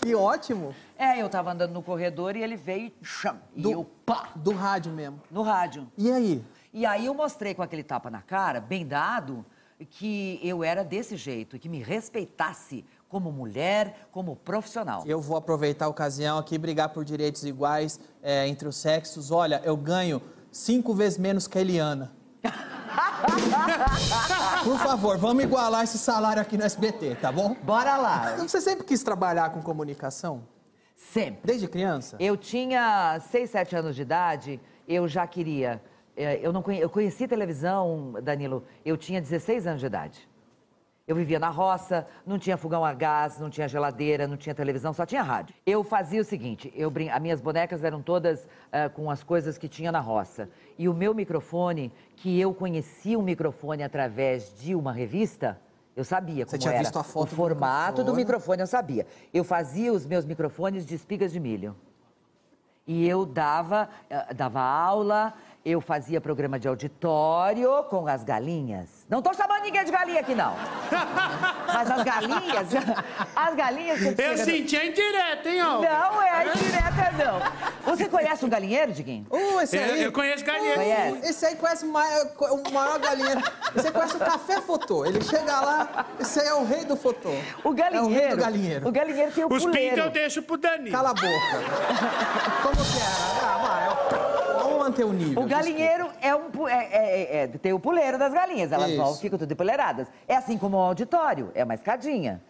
Que ótimo. É, eu tava andando no corredor e ele veio e cham, e eu pá. Do rádio mesmo. No rádio. E aí? E aí eu mostrei com aquele tapa na cara, bem dado, que eu era desse jeito, que me respeitasse como mulher, como profissional. Eu vou aproveitar a ocasião aqui e brigar por direitos iguais é, entre os sexos. Olha, eu ganho cinco vezes menos que a Eliana. Por favor, vamos igualar esse salário aqui no SBT, tá bom? Bora lá. Você sempre quis trabalhar com comunicação? Sempre. Desde criança? Eu tinha 6, 7 anos de idade, eu já queria. eh, Eu, não conhe- eu conheci televisão, Danilo, eu tinha 16 anos de idade. Eu vivia na roça, não tinha fogão a gás, não tinha geladeira, não tinha televisão, só tinha rádio. Eu fazia o seguinte, eu brin... as minhas bonecas eram todas eh, com as coisas que tinha na roça. E o meu microfone, que eu conhecia o microfone através de uma revista, eu sabia como Você tinha era visto a foto o do formato do microfone. microfone, eu sabia. Eu fazia os meus microfones de espigas de milho. E eu dava, eh, dava aula, eu fazia programa de auditório com as galinhas. Não tô chamando ninguém de galinha aqui, não. Mas as galinhas, as galinhas... que Eu chegam- senti a indireta, hein, ó. Não, é a indireta, não. Você conhece um galinheiro, Diguinho? Uh, esse Eu- aí. eu conheço galinheiro. é, Conhece? Esse aí conhece mai- o maior galinheiro. Você conhece o Café Fotô. Ele chega lá, esse aí é o rei do Fotô. O galinheiro. É o rei do galinheiro. O galinheiro É tem o Os pintos eu puleiro. deixo pro Danilo. Cala a boca. Como que era? Ah, vai. Vamos manter o nível. O galinheiro é um, pu- é- é- é- é- tem o puleiro das galinhas, elas vão, Isso. ficam tudo empoleiradas. É assim como o auditório, é uma escadinha.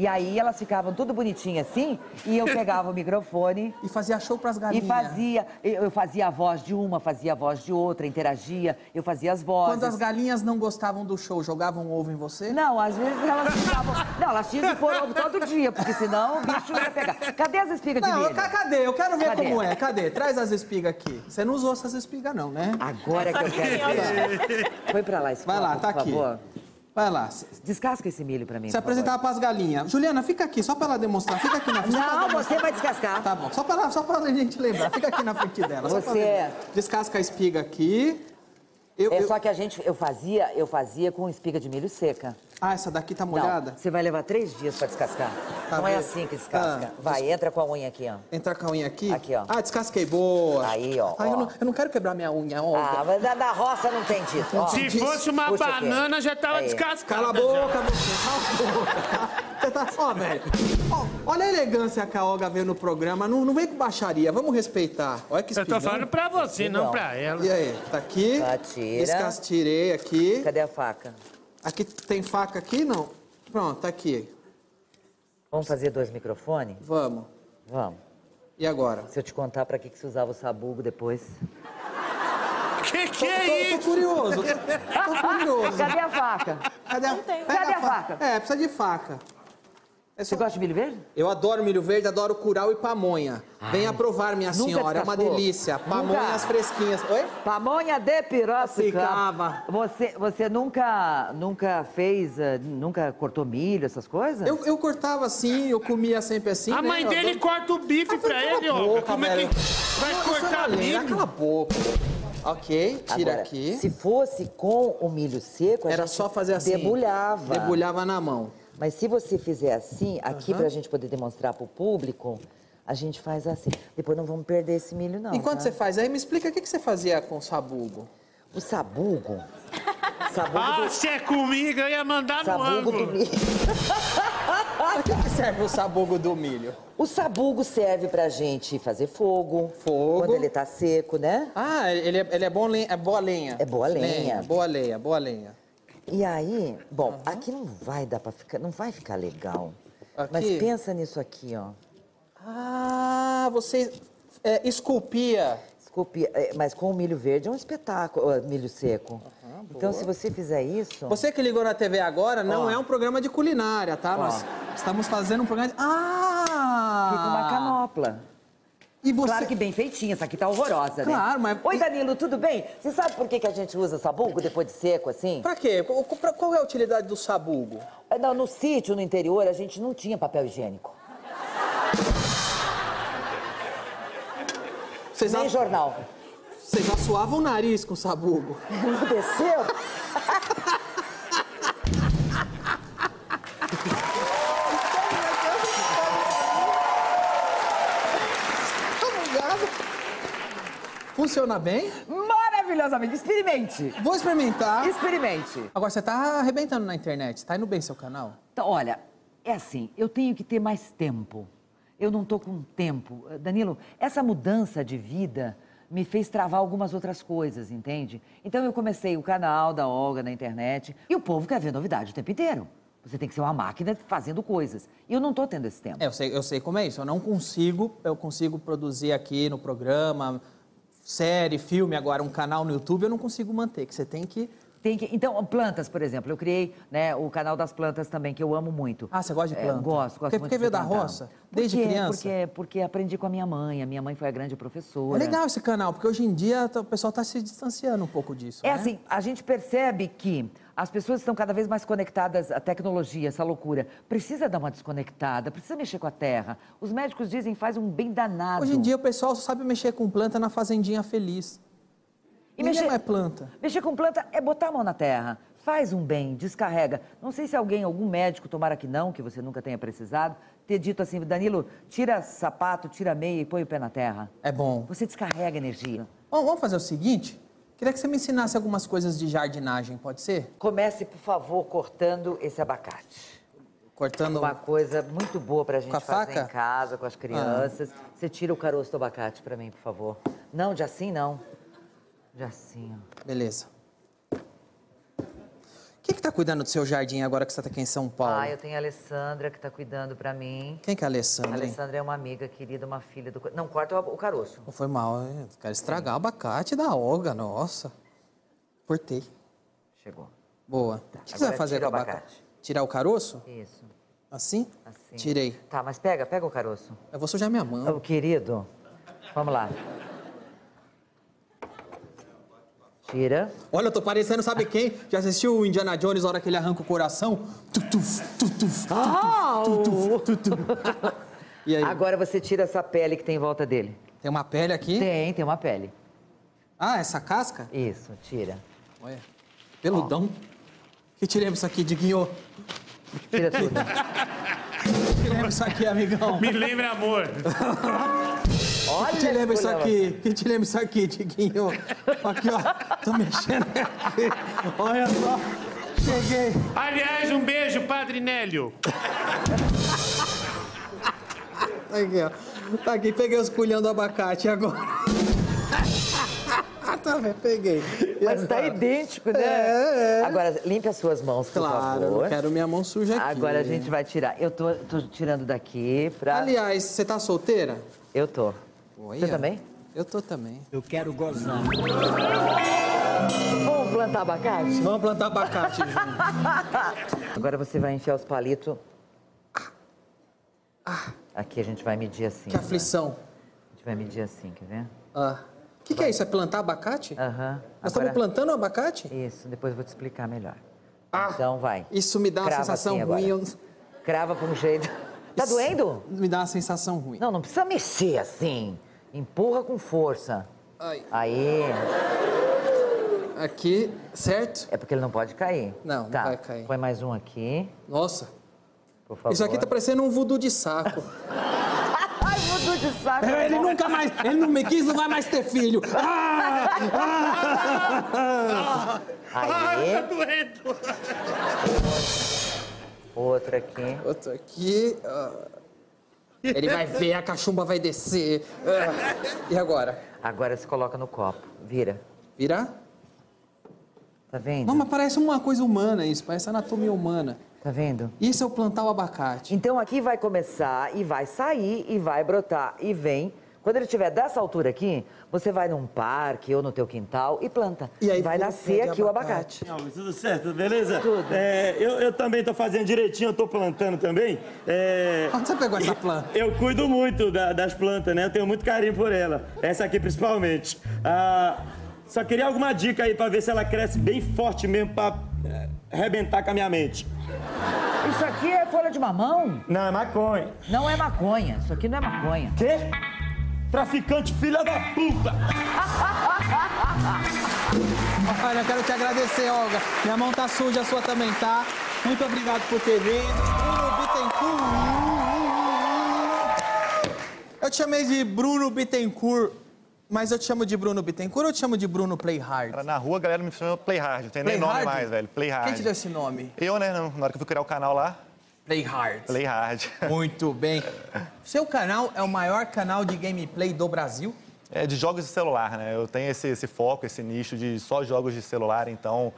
E aí elas ficavam tudo bonitinha assim, e eu pegava o microfone E fazia show pras e galinhas. fazia, eu eu fazia a voz de uma, fazia a voz de outra, interagia, eu fazia as vozes. Quando as galinhas não gostavam do show, jogavam um ovo em você? Não, às vezes elas ficavam. Não, elas tinham que pôr ovo todo dia, porque senão o bicho ia pegar. Cadê as espigas de Não, milho? ca- cadê? Eu quero ver Cadê? como é. Cadê? Traz as espigas aqui. Você não usou essas espigas, não, né? Agora que eu é quero ver. Põe pra lá, escola, Vai lá, tá por aqui. favor. Vai lá. Se Descasca esse milho pra mim. se por favor. apresentar pras galinhas. Juliana, fica aqui, só pra ela demonstrar. Fica aqui na frente. só pra ela Não, demonstrar. você vai descascar. Tá bom, só pra, só pra gente lembrar. Fica aqui na frente dela. só pra Você- lembrar. Descasca a espiga aqui. Eu- É eu- só que a gente, eu fazia, eu fazia com espiga de milho seca. Ah, essa daqui tá Não, molhada? você vai levar três dias pra descascar. Tá Não é bem. assim que descasca. Ah, vai, entra com a unha aqui, ó. Entrar com a unha aqui? Aqui, ó. Ah, descasquei. Boa. Aí, ó, Ah, ó. Eu, não, eu não quero quebrar minha unha, ó. Ah, mas na, na roça não tem disso. ó. Se fosse uma Puxa aqui, ó. banana, já tava Aí. descascada. É. Cala a já. boca, você. Cala a boca. Você tá. Ó, velho. Ó, olha a elegância que a Olga veio no programa. Não, não vem com baixaria, vamos respeitar. Olha que Eu tô falando pra você, não pra ela. E aí? Tá aqui. Atira. Descastirei aqui. Cadê a faca? Aqui tem faca aqui? Não. Pronto, tá aqui. Vamos fazer dois microfones? Vamos. Vamos. E agora? Se eu te contar pra que, que se usava o sabugo depois. Que que é isso? Tô curioso. Tô, tô curioso. Cadê a faca? Cadê a, pega Cadê a fa- faca? É, precisa de faca. É Você gosta de milho verde? Eu adoro milho verde, adoro curau e pamonha. Venha provar, minha Nunca senhora, é uma descascou? delícia. Pamonhas Nunca. fresquinhas. Oi? Pamonha de Piracicaba. Piracicaba. Você, você nunca, nunca fez, eh, nunca cortou milho, essas coisas? Eu, eu cortava assim, eu comia sempre assim. A né? mãe Eu dele adoro- corta o bife Ah, pra cala ele, a ó. boca, Como é velho. que vai Não, isso é uma cortar lenda, milho? Cala a boca. Ok, tira Agora, aqui. Se fosse com o milho seco, a Era gente só fazer assim. Debulhava. Debulhava na mão. Mas se você fizer assim, aqui pra gente poder demonstrar pro público, a gente faz assim. Depois não vamos perder esse milho, não. Enquanto tá? você faz aí, me explica o que que você fazia com o sabugo. O sabugo. Sabugo, Ah, se é comigo, eu ia mandar do, no sabugo do ângulo. milho. Pra que que serve o sabugo do milho? O sabugo serve pra gente fazer fogo. Fogo. Quando ele tá seco, né? Ah, ele é, ele é, bom lenha, é boa lenha. É boa lenha. Boa lenha, boa lenha. E aí, bom, aqui não vai dar pra ficar, não vai ficar legal. Aqui? Mas pensa nisso aqui, ó. Ah, você é, esculpia. Desculpe, é, mas com o milho verde é um espetáculo, ó, milho seco. então, se você fizer isso, Você que ligou na TV agora não Então. Ó. é um programa de culinária, tá? Nós estamos fazendo um programa de... Ah! fica uma canopla. E você... Claro que bem feitinha, essa aqui tá horrorosa, né? Claro, mas- Oi, Danilo, tudo bem? Você sabe por que, que a gente usa sabugo depois de seco, assim? Pra quê? Qual- pra- qual é a utilidade do sabugo? É, não, no sítio, no interior, a gente não tinha papel higiênico. Vocês, Nem a- jornal. vocês assoavam o nariz com sabugo. Aconteceu? Obrigado. Funciona bem? Maravilhosamente. Experimente. Vou experimentar. Experimente. Agora, você tá arrebentando na internet. Tá indo bem seu canal? Então, olha, é assim, eu tenho que ter mais tempo. Eu não tô com tempo. Eh, Danilo, essa mudança de vida me fez travar algumas outras coisas, entende? Então eu comecei o canal da Olga na internet e o povo quer ver novidade o tempo inteiro. Você tem que ser uma máquina fazendo coisas. E eu não tô tendo esse tempo. É, eu sei, eu sei como é isso. Eu não consigo, eu consigo produzir aqui no programa, série, filme, agora um canal no YouTube, eu não consigo manter, que você tem que... Tem que, então, plantas, por exemplo, eu criei né, o canal das plantas também, que eu amo muito. Ah, você gosta de É, planta? gosto, gosto Porque- muito. porque de veio da plantar. roça? Desde Porque- criança? Porque, porque aprendi com a minha mãe, a minha mãe foi a grande É professora. legal esse canal, porque hoje em dia tá- o pessoal tá se distanciando um pouco disso, É né? assim, a gente percebe que as pessoas estão cada vez mais conectadas à tecnologia, essa loucura. Precisa dar uma desconectada, precisa mexer com a terra. Os médicos dizem faz um bem danado. Hoje em dia o pessoal só sabe mexer com planta na fazendinha feliz. E Ninguém mexer- mais planta. Mexer com planta é botar a mão na terra. Faz um bem, descarrega. Não sei se alguém, algum médico, tomara que não, que você nunca tenha precisado, ter dito assim, Danilo, tira sapato, tira meia e põe o pé na terra. É bom. Você descarrega energia. Bom, vamos fazer o seguinte? Queria que você me ensinasse algumas coisas de jardinagem, pode ser? Comece, por favor, cortando esse abacate. Cortando... Uma coisa muito boa pra gente Com a fazer faca? Ah. em casa, com as crianças. Você tira o caroço do abacate pra mim, por favor. Não, de assim não. De assim, ó. Beleza. Quem que tá cuidando do seu jardim agora que você tá aqui em São Paulo? Ah, eu tenho a Alessandra que tá cuidando pra mim. Quem que é a A Alessandra, hein? Alessandra é uma amiga querida, uma filha do... co- Não, corta o ab- o caroço. Não foi mal, hein? Quero estragar o abacate da Olga, nossa. Cortei. Chegou. Boa. o que que você vai agora fazer com o tira o abacate? abacate. Tirar o caroço? Isso, Assim? assim. Tirei. Tá, mas pega, pega o caroço. Eu vou sujar minha mão. Ô, querido, vamos lá. Tira. Olha, eu tô parecendo, sabe quem? Já assistiu o Indiana Jones na hora que ele arranca o coração? Tutuf, tutuf, tutuf, tutuf. E aí? Ah, Agora você tira essa pele que tem em volta dele. Tem uma pele aqui. Tem, tem uma pele. Ah, essa casca? Isso, tira. Olha. Peludão. Que tiremos isso aqui, Diguinho? Tira tudo. Tiremos isso aqui, amigão. Me lembra, amor. Olha Que te lembra esse isso colhão. aqui? Quem te lembra isso aqui, Diguinho? Aqui, ó. Tô mexendo aqui. Olha só. Peguei. Aliás, um beijo, Padre Nélio. Aqui, ó. Tá aqui, peguei os culhão do abacate agora. tá vendo? Peguei. E Mas tá agora? idêntico, né? É, é. Agora, limpe as suas mãos, por Claro, favor. não quero minha mão suja aqui. Agora a gente vai tirar. Eu tô, tô tirando daqui pra... Aliás, você tá solteira? Eu tô. Olha. Você também? Eu tô também. Eu quero gozar. Vamos plantar abacate? Vamos plantar abacate junto. Agora você vai enfiar os palitos. Aqui a gente vai medir assim. Ah. Que aflição. A gente vai medir assim, quer ver? O que, que é isso? É plantar abacate? Aham. Nós Agora- estamos plantando um abacate? Ah, Isso, depois eu vou te explicar melhor. então vai. Isso me dá uma Crava sensação assim ruim. agora. Crava com jeito. Tá Isso doendo? Me dá uma sensação ruim. Não, não precisa mexer assim. Empurra com força. Ai. Aí. Aqui, certo? É porque ele não pode cair. Não, não tá. vai cair. Põe mais um aqui, Nossa, por favor. isso aqui tá parecendo um voodoo de saco. Ai, mudou de saco. ele nunca mais, ele não me quis, não vai mais ter filho. Ah! tá Aí, Ah, doendo. outro aqui. Outro aqui. ah. Ele vai ver, a cachumba vai descer. Ah, E agora? Agora se coloca no copo. Vira. Virar? Tá vendo? Não, mas parece uma coisa humana isso, parece anatomia humana. Tá vendo? Isso é o plantar o abacate. Então aqui vai começar e vai sair e vai brotar e vem. Quando ele tiver dessa altura aqui, você vai num parque ou no teu quintal e planta. E aí vai vem- nascer vem É aqui o abacate. abacate. Não, tudo certo, tudo beleza? Tudo. É, eu, eu também tô fazendo direitinho, eu tô plantando também. É, Onde você pegou essa planta? eu cuido muito da- das plantas, né? Eu tenho muito carinho por ela. Essa aqui principalmente. Ah, só queria alguma dica aí pra ver se ela cresce bem forte mesmo pra é, arrebentar com a minha mente. Isso aqui é folha de mamão? Não, é maconha. Não é maconha. Isso aqui não é maconha. Quê? Traficante, filha da puta! Olha, eu quero te agradecer, Olga. Minha mão tá suja, a sua também tá. Muito obrigado por ter vindo. Bruno Bittencourt. Eu te chamei de Bruno Bittencourt, mas eu te chamo de Bruno Bittencourt ou eu te chamo de Bruno Playhard? Cara, na rua a galera me chama Playhard, não tem nem Playhard? nome mais, velho. Playhard. Quem te deu esse nome? Eu, né? não, Na hora que eu fui criar o canal lá, Playhard. Playhard. Muito bem. Seu canal é o maior canal de gameplay do Brasil? É de jogos de celular, né? Eu tenho esse, esse foco, esse nicho de só jogos de celular, então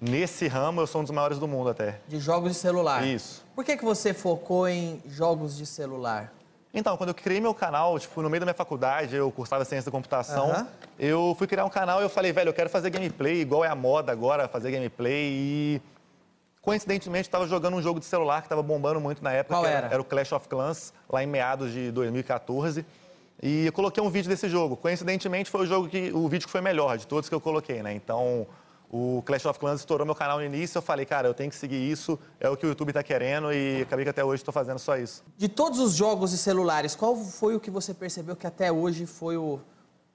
nesse ramo eu sou um dos maiores do mundo até. De jogos de celular. Isso. Por que, que você focou em jogos de celular? Então, quando eu criei meu canal, tipo, no meio da minha faculdade, eu cursava ciência da computação, Aham. eu fui criar um canal e eu falei, velho, eu quero fazer gameplay, igual é a moda agora, fazer gameplay e... Coincidentemente, estava jogando um jogo de celular que estava bombando muito na época. Qual que era? Era o Clash of Clans, lá em meados de 2014. E eu coloquei um vídeo desse jogo. Coincidentemente, foi o jogo que o vídeo que foi melhor de todos que eu coloquei, né? Então, o Clash of Clans estourou meu canal no início. Eu falei, cara, eu tenho que seguir isso. É o que o YouTube tá querendo e acabei que até hoje estou fazendo só isso. De todos os jogos de celulares, qual foi o que você percebeu que até hoje foi o,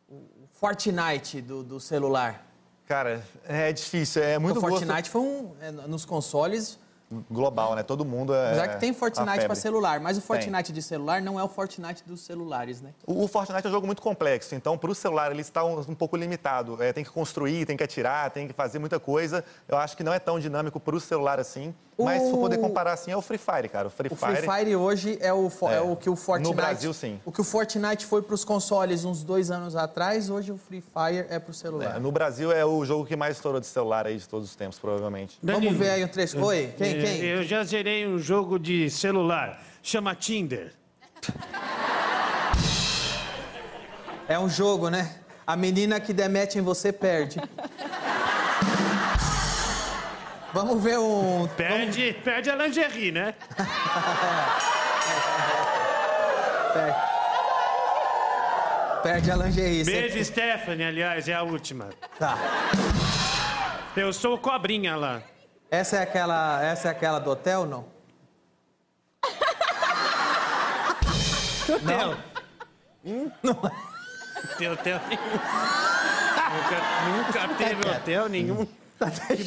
o Fortnite do, do celular? Cara, é difícil, é muito o gosto Fortnite foi um. é, nos consoles, global, né? Todo mundo é. apesar que tem uma Fortnite febre. pra celular, mas o Tem. Fortnite de celular não é o Fortnite dos celulares, né? O o Fortnite é um jogo muito complexo, então para o celular ele está um, um pouco limitado. É, tem que construir, tem que atirar, tem que fazer muita coisa. Eu acho que não é tão dinâmico para o celular assim. Mas se for poder O- comparar assim, é o Free Fire, cara. O Free, O Free Fire hoje é o, fo- é É. o que o No Fortnite. Brasil, sim. O que o Fortnite foi pros consoles uns dois anos atrás, hoje o Free Fire é pro celular. é, no Brasil é o jogo que mais estourou de celular aí de todos os tempos, provavelmente. Vamos ver aí o trecho. Oi, quem, É, quem? Eu já zerei um jogo de celular, chama Tinder. É um jogo, né? A menina que demete em você perde. Vamos ver um. Perde, perde a lingerie, né? Perde, perde a lingerie. você- Beijo, Stephanie, aliás, é a última. é Tá. Eu sou o cobrinha lá. Essa é aquela, essa é aquela do hotel, não? Hotel. é. Não. Tem hotel nenhum. nunca, nunca teve hotel nenhum. Que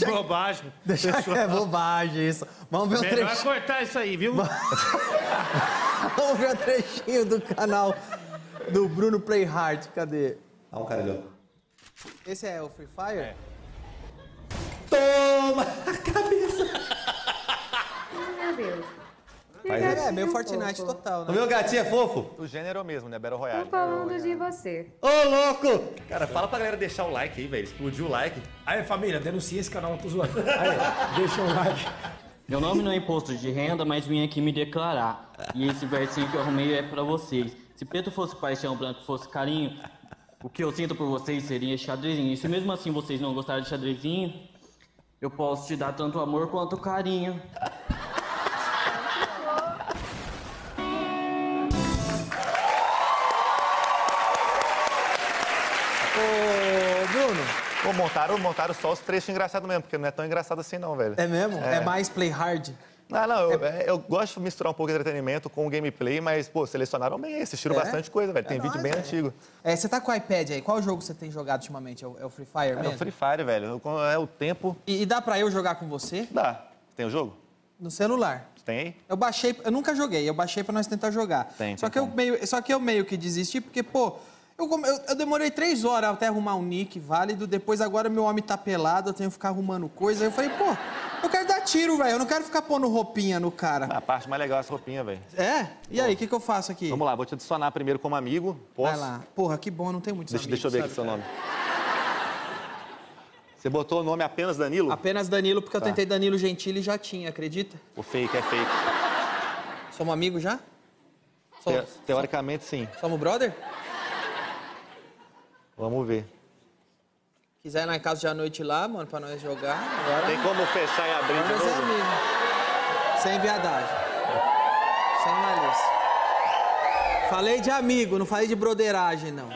bobagem. Tá, Deixa Pessoal, é bobagem isso. Vamos ver um Melhor trechinho, cortar isso aí, viu? vamos ver um trechinho do canal do Bruno Playhard. Cadê? Ah, um cara ali, ó. Esse é o Free Fire? Toma a cabeça! É, meio Fortnite total, né? O meu gatinho é fofo? O gênero é o mesmo, né? Battle Royale. Falando de você. Ô, louco! Cara, fala pra galera deixar o like aí, velho. Explodiu o like. Aí, família, denuncia esse canal, tô zoando. Deixa um like. Meu nome não é imposto de renda, mas vim aqui me declarar. E esse versinho que eu arrumei é pra vocês. Se preto fosse paixão, branco fosse carinho, o que eu sinto por vocês seria xadrezinho. E se mesmo assim vocês não gostarem de xadrezinho, eu posso te dar tanto amor quanto carinho. Ô, Bruno. Pô, montaram, montaram só os trechos engraçados mesmo, porque não é tão engraçado assim não, velho. É mesmo? É, mais play hard. É. Ah, não, eu, eu gosto de misturar um pouco de entretenimento com o gameplay, mas, pô, selecionaram bem esse, tiro É? bastante coisa, velho. Tem É vídeo nóis, bem velho. antigo. É, você tá com o iPad aí. Qual jogo você tem jogado ultimamente? É o, é o Free Fire Cara, mesmo? o Free Fire, velho, é o tempo... E, e dá pra eu jogar com você? Dá. Tem o jogo? No celular. Tem aí? Eu baixei, eu nunca joguei, eu baixei pra nós tentar jogar. Tem, só tem que eu meio, Só que eu meio que desisti, porque, pô, eu, come- eu- eu demorei três horas até arrumar um nick válido, depois agora meu homem tá pelado, eu tenho que ficar arrumando coisa. Aí eu falei, pô, eu quero dar tiro, velho, eu não quero ficar pondo roupinha no cara. A parte mais legal é essa roupinha, velho. É? E aí, o que, que eu faço aqui? Vamos lá, vou te adicionar primeiro como amigo. Posso? Vai lá. Porra, que bom, não tem muitos Deixa, amigos, deixa eu ver aqui sabe? seu nome. Você botou o nome apenas Danilo? Apenas Danilo, porque eu Tá. tentei um Danilo Gentili e já tinha, acredita? O fake é fake. Somos amigos já? Te- teoricamente, sim. Somos brother? Vamos ver. Quiser ir lá em casa de à noite lá, mano, pra nós jogar. Agora... Tem como fechar e abrir de Agora nós é novo? amigo. Sem viadagem. Sem malícia. Falei de amigo, não falei de broderagem, não.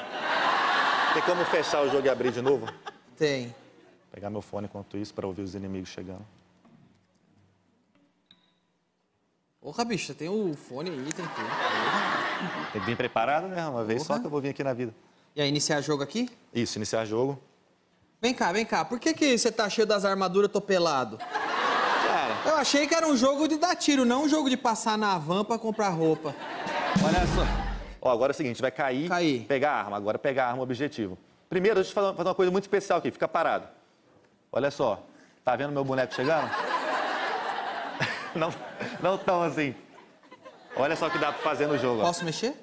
Tem como fechar o jogo e abrir de novo? Tem. Pegar meu fone enquanto isso pra ouvir os inimigos chegando. Porra, bicho, você tem o fone aí, tem tudo. Tem que vir preparado, né? Uma vez só que eu vou vir aqui na vida. E aí, iniciar jogo aqui? Isso, iniciar jogo. Vem cá, vem cá. Por que, que você tá cheio das armaduras, eu tô pelado? Eu achei que era um jogo de dar tiro, não um jogo de passar na van pra comprar roupa. Olha só. Ó, agora é o seguinte, vai cair, pegar a arma. Agora é pegar a arma objetivo. Primeiro, deixa eu fazer uma- fazer uma coisa muito especial aqui. Fica parado. Olha só. Tá vendo meu boneco chegando? não, não tão assim. Olha só o que dá pra fazer no jogo. ó. Posso mexer?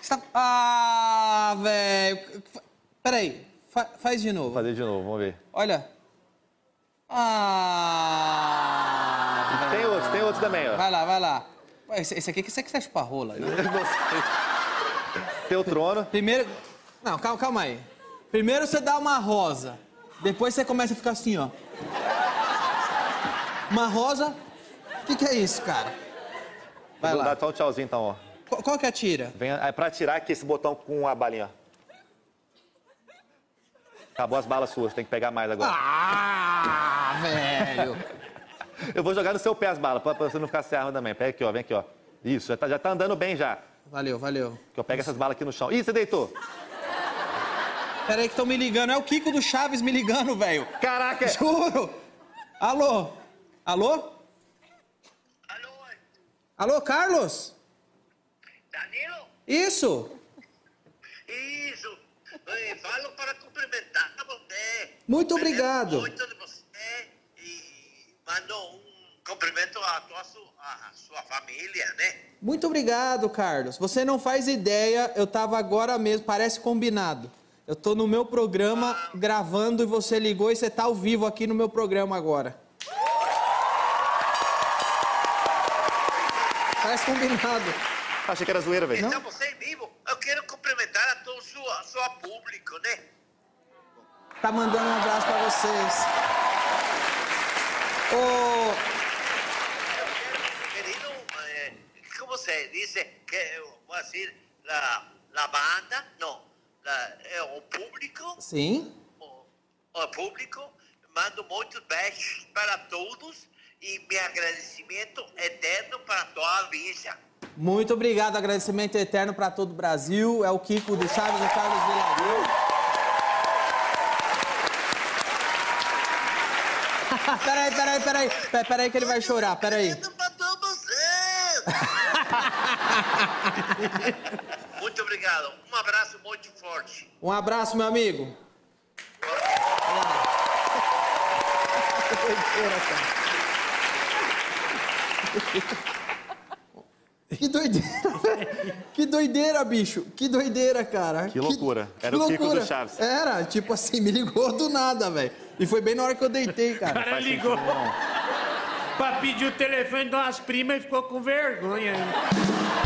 Você tá- Ah, velho. Peraí, fa- faz de novo. Vou fazer de novo, vamos ver. Olha. Ah! Tem outros, tem outros também, ó. Vai lá, vai lá. Ué, Esse, esse aqui que você que você acha pra rola, né? Teu trono. Primeiro. Não, calma, calma aí. Primeiro você dá uma rosa. Depois você começa a ficar assim, ó. Uma rosa? O que, que é isso, cara? Vai Vou lá. dar só um tchauzinho então, ó. Qual, qual que é a tira? Vem, é pra tirar aqui esse botão com a balinha, ó. Acabou as balas suas, tem que pegar mais agora. Ah, velho! Eu vou jogar no seu pé as balas, pra, pra você não ficar sem arma também. Pega aqui, ó, vem aqui, ó. Isso, já tá, já tá andando bem já. Valeu, valeu. Que eu pego essas balas aqui no chão. Ih, você deitou. Peraí que estão me ligando. É o Kiko do Chaves me ligando, velho. Caraca! Juro! Alô? Alô? Alô? Alô, Carlos? Danilo? Isso! Isso! Eh, falo para cumprimentar você. Muito obrigado. Muito de você e mando um cumprimento à tua, su- à sua família, né? Muito obrigado, Carlos. Você não faz ideia, eu tava agora mesmo, parece combinado. Eu tô no meu programa gravando e você ligou e você tá ao vivo aqui no meu programa agora. Parece combinado. Achei que era zoeira, velho. Não? Está é você vivo? Eu quero cumprimentar a todo sua, sua público, né? Tá mandando um abraço pra vocês. Ô, Querido, eh, como você diz, que eu vou dizer, la, la banda, não, la, é o público, Sim? o público, mando muitos beijos para todos e meu agradecimento eterno para tua vida. Muito obrigado, agradecimento eterno pra todo o Brasil. É o Kiko do Chaves, o Carlos Vilaril. peraí, peraí, peraí. Pe- Peraí que ele vai chorar, peraí. Muito obrigado, um abraço muito forte. Um abraço, meu amigo. Que doideira, velho. Que doideira, bicho. Que doideira, cara. Que loucura. que Era o Kiko do loucura. Chaves. Era, tipo assim, me ligou do nada, velho. E foi bem na hora que eu deitei, O cara. cara ligou pra pedir o telefone de umas primas e ficou com vergonha.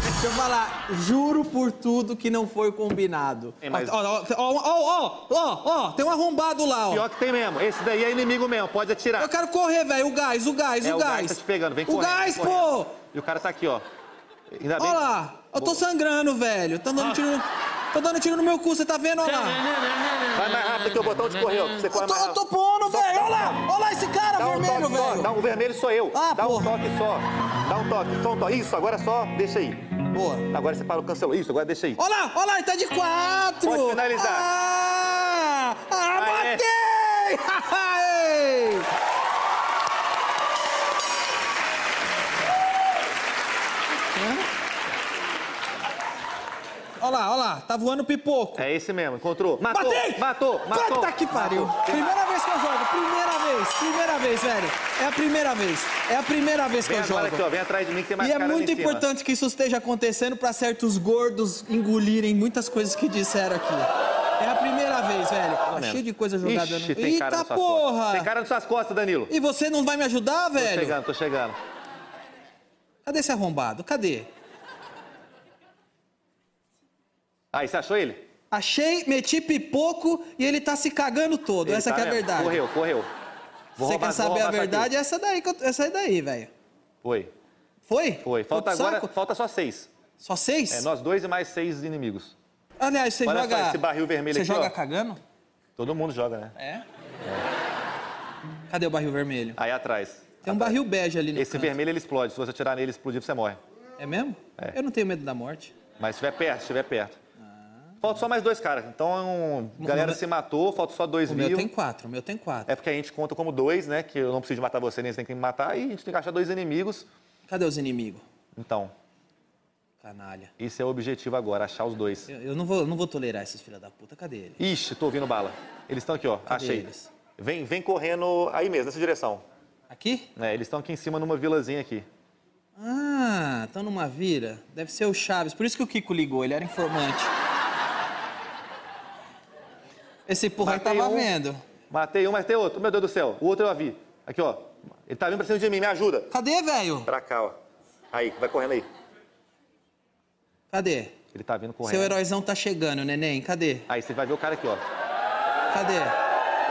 Deixa eu falar, juro por tudo que não foi combinado. mas- Ó, ó, ó, ó, ó, ó, ó, tem um arrombado lá, ó. Pior que tem mesmo. Esse daí é inimigo mesmo, pode atirar. Eu quero correr, velho. O gás, o gás, É, o o gás gás. tá te pegando, vem O correndo, gás, vem pô! correndo. E o cara tá aqui, ó. Ainda bem. Olha lá, eu tô sangrando, velho. Tô dando tiro no... Tô dando tiro no meu cu, você tá vendo? Olha lá. Vai mais rápido que o botão te correu. Você corre Eu tô, mais eu rápido. tô pondo, velho. Olha lá, olha lá esse cara Dá um vermelho, toque só, velho. dá um vermelho sou eu. Ah, dá porra. um toque só. Dá um toque, só um toque. Isso, agora só, deixa aí. Boa. Agora você para o cancelo. Isso, agora deixa aí. Olha lá, olha lá, ele tá de quatro. Pode finalizar. Ah, ah Aê. matei! Olha lá, olha lá, tá voando pipoco. É esse mesmo, encontrou. Matou, Matei! matou, matou. Puta que pariu. Matou. Primeira vez que eu jogo, primeira vez, primeira vez, velho. É a primeira vez, é a primeira vez que Vem eu jogo. agora aqui, ó. Vem atrás de mim que tem mais E é cara ali muito em cima. importante que isso esteja acontecendo para certos gordos engolirem muitas coisas que disseram aqui. É a primeira vez, velho. Tá menos. cheio de coisa jogada. Ixi, no- tem cara Eita nas suas costas. porra! Tem cara nas suas costas, Danilo. E você não vai me ajudar, Tô velho? chegando, tô chegando. Cadê esse arrombado? Cadê? Aí, você achou ele? Achei, meti pipoco e ele tá se cagando todo. Ele essa tá que é a mesmo. verdade. Correu, correu. Vou você roubar- quer vou saber roubar a essa aqui. verdade? É Essa daí, que eu- essa daí, velho. Foi. Foi? Foi. Falta Foi pro agora, saco? falta só seis. Só seis? É, nós dois e mais seis inimigos. Aliás, você Olha joga. só esse barril vermelho você aqui, joga ó. cagando? Todo mundo joga, né? É? Cadê o barril vermelho? Aí atrás. Tem um barril bege ali no Esse canto. vermelho ele explode. Se você atirar nele, ele explodir, você morre. É mesmo? Eu não tenho medo da morte. Mas se estiver perto, se estiver perto. Falta só mais dois caras. Então, é um... galera se matou, falta só dois O mil. meu tem quatro, o meu tem quatro. É porque a gente conta como dois, né? Que eu não preciso de matar você, nem você tem que me matar. E a gente tem que achar dois inimigos. Cadê os inimigos? Então, Canalha. esse é o objetivo agora, achar os dois. Eu, eu não, vou, eu não vou tolerar esses filha da puta. Cadê ele? Ixi, tô ouvindo bala. Eles estão aqui, ó. Cadê Achei. eles? Vem, vem correndo aí mesmo, nessa direção. Aqui? É, eles estão aqui em cima numa vilazinha aqui. Ah, estão numa vira. Deve ser o Chaves. Por isso que o Kiko ligou, ele era informante. Esse porra aí Matei tava um. vendo. Matei um, mas tem outro. Meu Deus do céu. O outro eu vi. Aqui, ó. Ele tá vindo pra cima de mim, me ajuda. Cadê, velho? Pra cá, ó. Aí, vai correndo aí. Cadê? Ele tá vindo correndo. Seu heróizão tá chegando, neném. Cadê? Aí, você vai ver o cara aqui, ó. Cadê?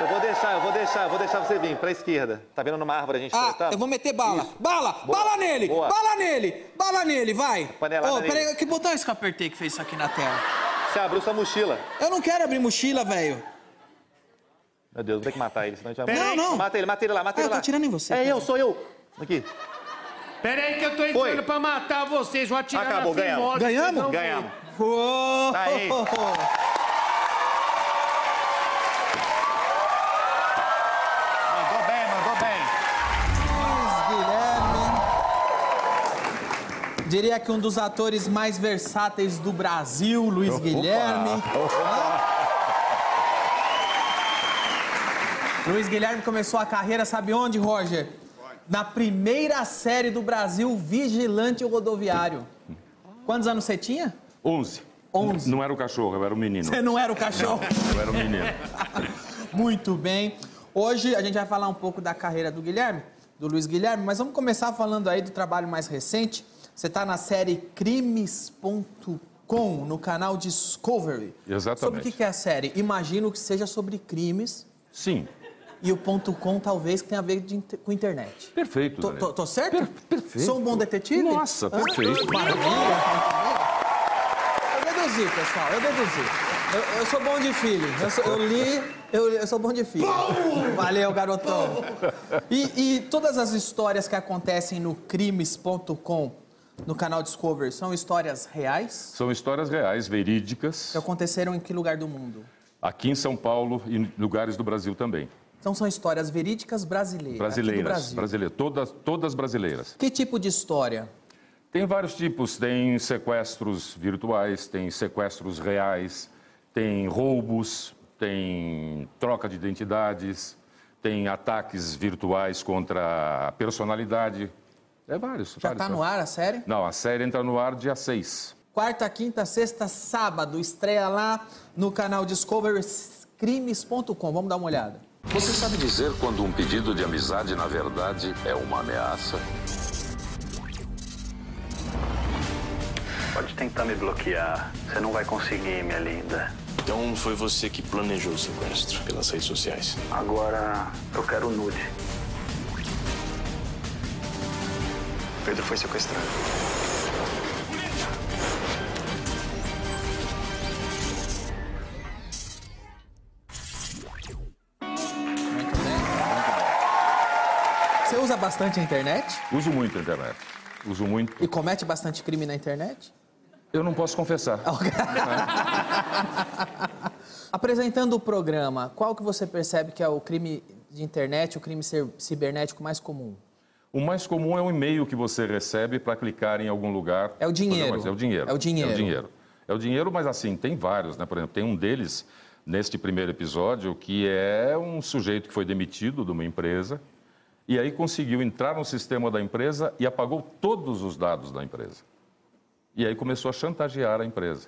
Eu vou deixar, eu vou deixar, eu vou deixar você vir pra esquerda. Tá vendo numa árvore a gente Ah, tretando? eu vou meter bala. Bala! Boa, Bala nele! boa. Bala nele! Bala nele, vai! Panelada Ô, peraí, nele. que botão é esse que eu apertei que fez isso aqui na tela? Você abriu sua mochila. Eu não quero abrir mochila, velho. Meu Deus, vou ter que matar ele, senão a gente vai Não, morrer. não. Mata ele, mata ele lá, mata Ah, eu ele tô lá. atirando em você. É eu, sou eu. Aqui. Pera aí que eu tô entrando Foi. pra matar vocês, vou atirar Acabou, na sua ganhamos. imóvel, Ganhamos? senão- Ganhamos. Uou! Tá aí. Mandou bem, mandou bem. Guilherme. Diria que um dos atores mais versáteis do Brasil, Luiz Guilherme. Luiz Guilherme começou a carreira, sabe onde, Roger? Na primeira série do Brasil, Vigilante Rodoviário. Quantos anos você tinha? 11. 11. Não era o cachorro, eu era o menino. Você não era o cachorro. Eu era o menino. Muito bem. Hoje a gente vai falar um pouco da carreira do Guilherme, do Luiz Guilherme, mas vamos começar falando aí do trabalho mais recente. Você está na série crimes.com no canal Discovery. Exatamente. Sobre o que que é a série? Imagino que seja sobre crimes. Sim. E o ponto .com talvez que tenha a ver de inter- com internet. Perfeito. Tô, Daniel. tô- tô certo? perfeito. Sou um bom detetive? Nossa, perfeito. Maravilha. Eu deduzi, pessoal, eu deduzi. Eu, eu sou bom de filho. Eu, sou- eu li, eu, eu sou bom de filho. Valeu, garotão. E, e todas as histórias que acontecem no crimes.com, no canal Discovery, são histórias reais? São histórias reais, verídicas, Que aconteceram em que lugar do mundo? aqui em São Paulo e em lugares do Brasil também. Então são histórias verídicas brasileiras. aqui do Brasileiras. Brasil. Brasileiras. Todas, todas brasileiras. Que tipo de história? Tem vários tipos. Tem sequestros virtuais, tem sequestros reais, tem roubos, tem troca de identidades, tem ataques virtuais contra a personalidade. É É vários. Já tá no ar a série? Não, a série entra no ar dia 6. Quarta, quinta, sexta, sábado. Estreia lá no canal discoverycrimes.com. Vamos dar uma olhada. Você sabe dizer quando um pedido de amizade, na verdade, é uma ameaça? Pode tentar me bloquear. Você não vai conseguir, minha linda. Então foi você que planejou o sequestro pelas redes sociais. Agora eu quero nude. Pedro foi sequestrado. Você usa bastante a internet? Uso muito a internet. Uso muito. E comete bastante crime na internet? Eu não posso confessar. Apresentando o programa, qual que você percebe que é o crime de internet, o crime cer- cibernético mais comum? O mais comum é o e-mail que você recebe para clicar em algum lugar. É o dinheiro. Fazer uma coisa. É o dinheiro. É o dinheiro. É o dinheiro. É o dinheiro, mas assim, tem vários, né? Por exemplo, tem um deles, neste primeiro episódio, que é um sujeito que foi demitido de uma empresa e aí conseguiu entrar no sistema da empresa e apagou todos os dados da empresa. E aí começou a chantagear a empresa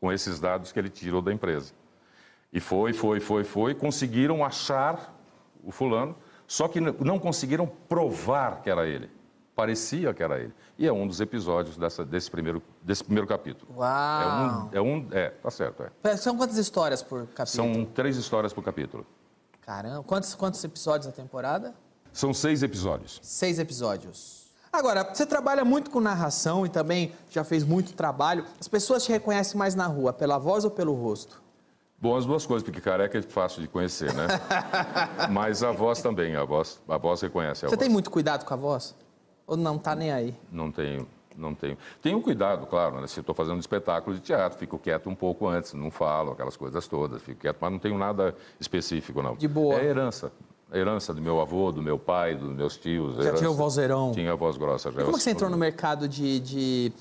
com esses dados que ele tirou da empresa. E foi, foi, foi, foi. Conseguiram achar o fulano, só que n- não conseguiram provar que era ele. Parecia que era ele. E é um dos episódios dessa- desse, primeiro, desse primeiro capítulo. É Uau! um, é um. É, tá certo. É. Pera, São quantas histórias por capítulo? São um. três histórias por capítulo. Caramba, quantos, quantos episódios da temporada? São seis episódios. Seis episódios. Agora, você trabalha muito com narração e também já fez muito trabalho. As pessoas te reconhecem mais na rua, pela voz ou pelo rosto? Bom, as duas coisas, porque careca é fácil de conhecer, né? Mas a voz também, a voz, a voz reconhece a Você voz. tem muito cuidado com a voz? Ou não tá nem aí? Não tenho, não tenho. Tenho cuidado, claro, né? se eu estou fazendo um espetáculo de teatro, fico quieto um pouco antes, não falo aquelas coisas todas, fico quieto, mas não tenho nada específico, não. De boa. É herança. A herança do meu avô, do meu pai, dos meus tios. Já tinha o vozeirão. Tinha a voz grossa já. E como é que você entrou no mercado de, de,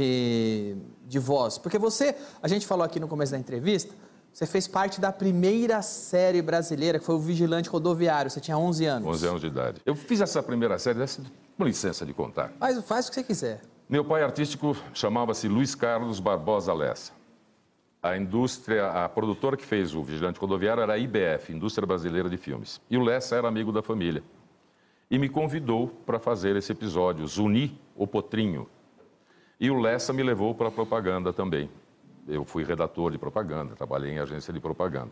de, de voz? Porque você, a gente falou aqui no começo da entrevista, você fez parte da primeira série brasileira, que foi o Vigilante Rodoviário. Você tinha 11 anos. 11 anos de idade. Eu fiz essa primeira série, essa- com licença de contar. Faz, faz o que você quiser. Meu pai artístico chamava-se Luiz Carlos Barbosa Lessa. A indústria, a produtora que fez o Vigilante Rodoviário era a IBF, Indústria Brasileira de Filmes. E o Lessa era amigo da família. E me convidou para fazer esse episódio, Zuni, o Potrinho. E o Lessa me levou para a propaganda também. Eu fui redator de propaganda, trabalhei em agência de propaganda.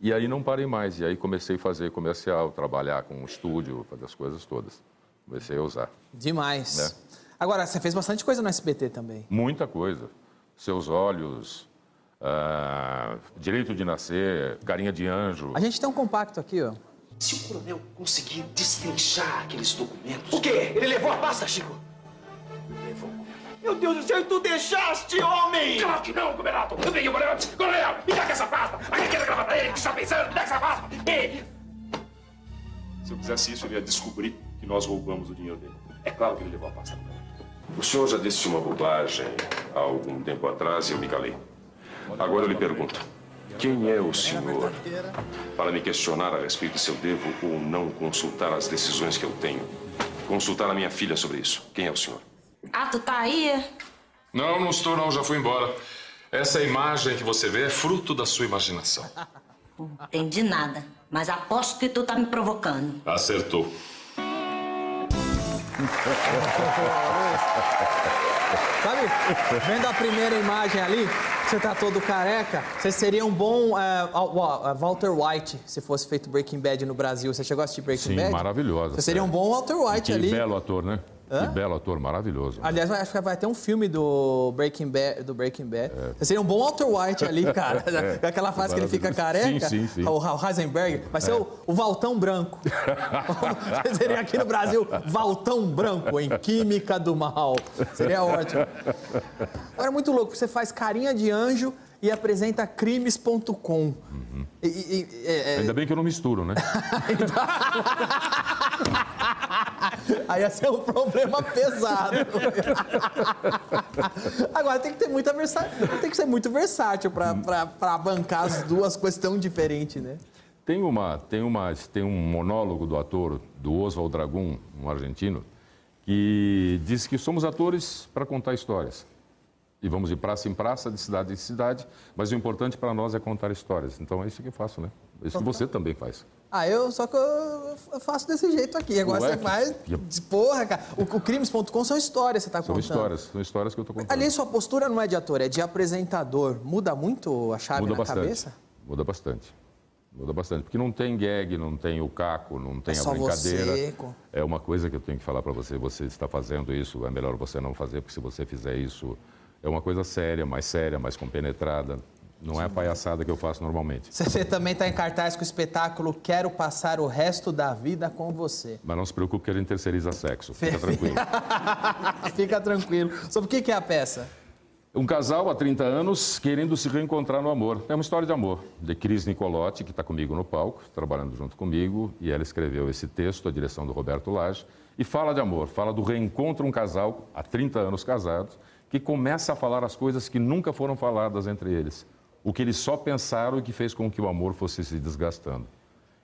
E aí não parei mais. E aí comecei a fazer comercial, trabalhar com o estúdio, fazer as coisas todas. Comecei a usar. Demais. Né? Agora, você fez bastante coisa no SBT também. Muita coisa. Seus olhos, ah, direito de nascer, carinha de anjo. A gente tem um compacto aqui, ó. Se o coronel conseguir destrinchar aqueles documentos. O quê? Ele levou a pasta, Chico? Levou. Meu Deus do céu, e tu deixaste, homem! Claro que não, Guberato! Eu tenho problemas! Coronel, me dá essa pasta! Aquela gravata dele que está pensando, me dá essa pasta! Ei! Se eu fizesse isso, ele ia descobrir que nós roubamos o dinheiro dele. É claro que ele levou a pasta. O senhor já disse uma bobagem há algum tempo atrás e eu me calei. Agora eu lhe pergunto: quem é o senhor para me questionar a respeito se eu devo ou não consultar as decisões que eu tenho? Consultar a minha filha sobre isso. Quem é o senhor? Ah, tu tá aí? Não, não estou, não, já fui embora. Essa imagem que você vê é fruto da sua imaginação. Entendi nada. Mas aposto que tu tá me provocando. Acertou. Sabe? Vendo a primeira imagem ali, você tá todo careca. Você seria um bom eh, Al- Wa- Walter White se fosse feito Breaking Bad no Brasil. Você chegou a assistir Breaking Sim, Bad? maravilhosa. Você seria um bom Walter White que ali. belo ator, né? Hã? Que belo ator, maravilhoso. Aliás, vai- acho que vai ter um filme do Breaking Bad. Do Breaking Bad. Você seria um bom Walter White ali, cara. É. Com Aquela fase que ele fica Maravilhoso. careca. Sim, sim, sim. O o Heisenberg. Vai ser É. o, o Valtão Branco. Você seria aqui no Brasil Valtão Branco, em Química do Mal. Seria ótimo. Agora é muito louco, você faz carinha de anjo e apresenta crimes.com. E- e- e- é- é- Ainda bem que eu não misturo, né? Aí ia ser um problema pesado. Agora tem que ter muita versa... tem que ser muito versátil pra, pra, pra bancar as duas coisas tão diferentes, né? Tem, uma, tem, uma, tem um monólogo do ator, do Oswald Dragun, um argentino, E diz que somos atores para contar histórias. E vamos de praça em praça, de cidade em cidade, mas o importante para nós é contar histórias. Então é isso que eu faço, né? Isso que você também faz. Ah, eu só que eu eu faço desse jeito aqui. Agora Ué, você que- faz. que- Porra, cara. O, o crimes.com são histórias que você tá São contando. histórias, são histórias que eu estou contando. Ali sua postura não é de ator, é de apresentador. Muda muito a chave na cabeça? Muda bastante. Muda bastante. Porque não tem gag, não tem o caco, não tem É a só brincadeira. você, co- É uma coisa que eu tenho que falar para você. Você está fazendo isso, é melhor você não fazer, porque se você fizer isso, é uma coisa séria, mais séria, mais compenetrada. Não é a palhaçada que eu faço normalmente. Você também tá em cartaz com o espetáculo Quero Passar o Resto da Vida com Você. Mas não se preocupe que a gente terceiriza sexo. Fica tranquilo. Fica tranquilo. Sobre o que que é a peça? Um casal há 30 anos querendo se reencontrar no amor. É uma história de amor. De Cris Nicolotti, que está comigo no palco, trabalhando junto comigo, e ela escreveu esse texto, a direção do Roberto Lage, e fala de amor, fala do reencontro um casal, há 30 anos casados, que começa a falar as coisas que nunca foram faladas entre eles. O que eles só pensaram e que fez com que o amor fosse se desgastando.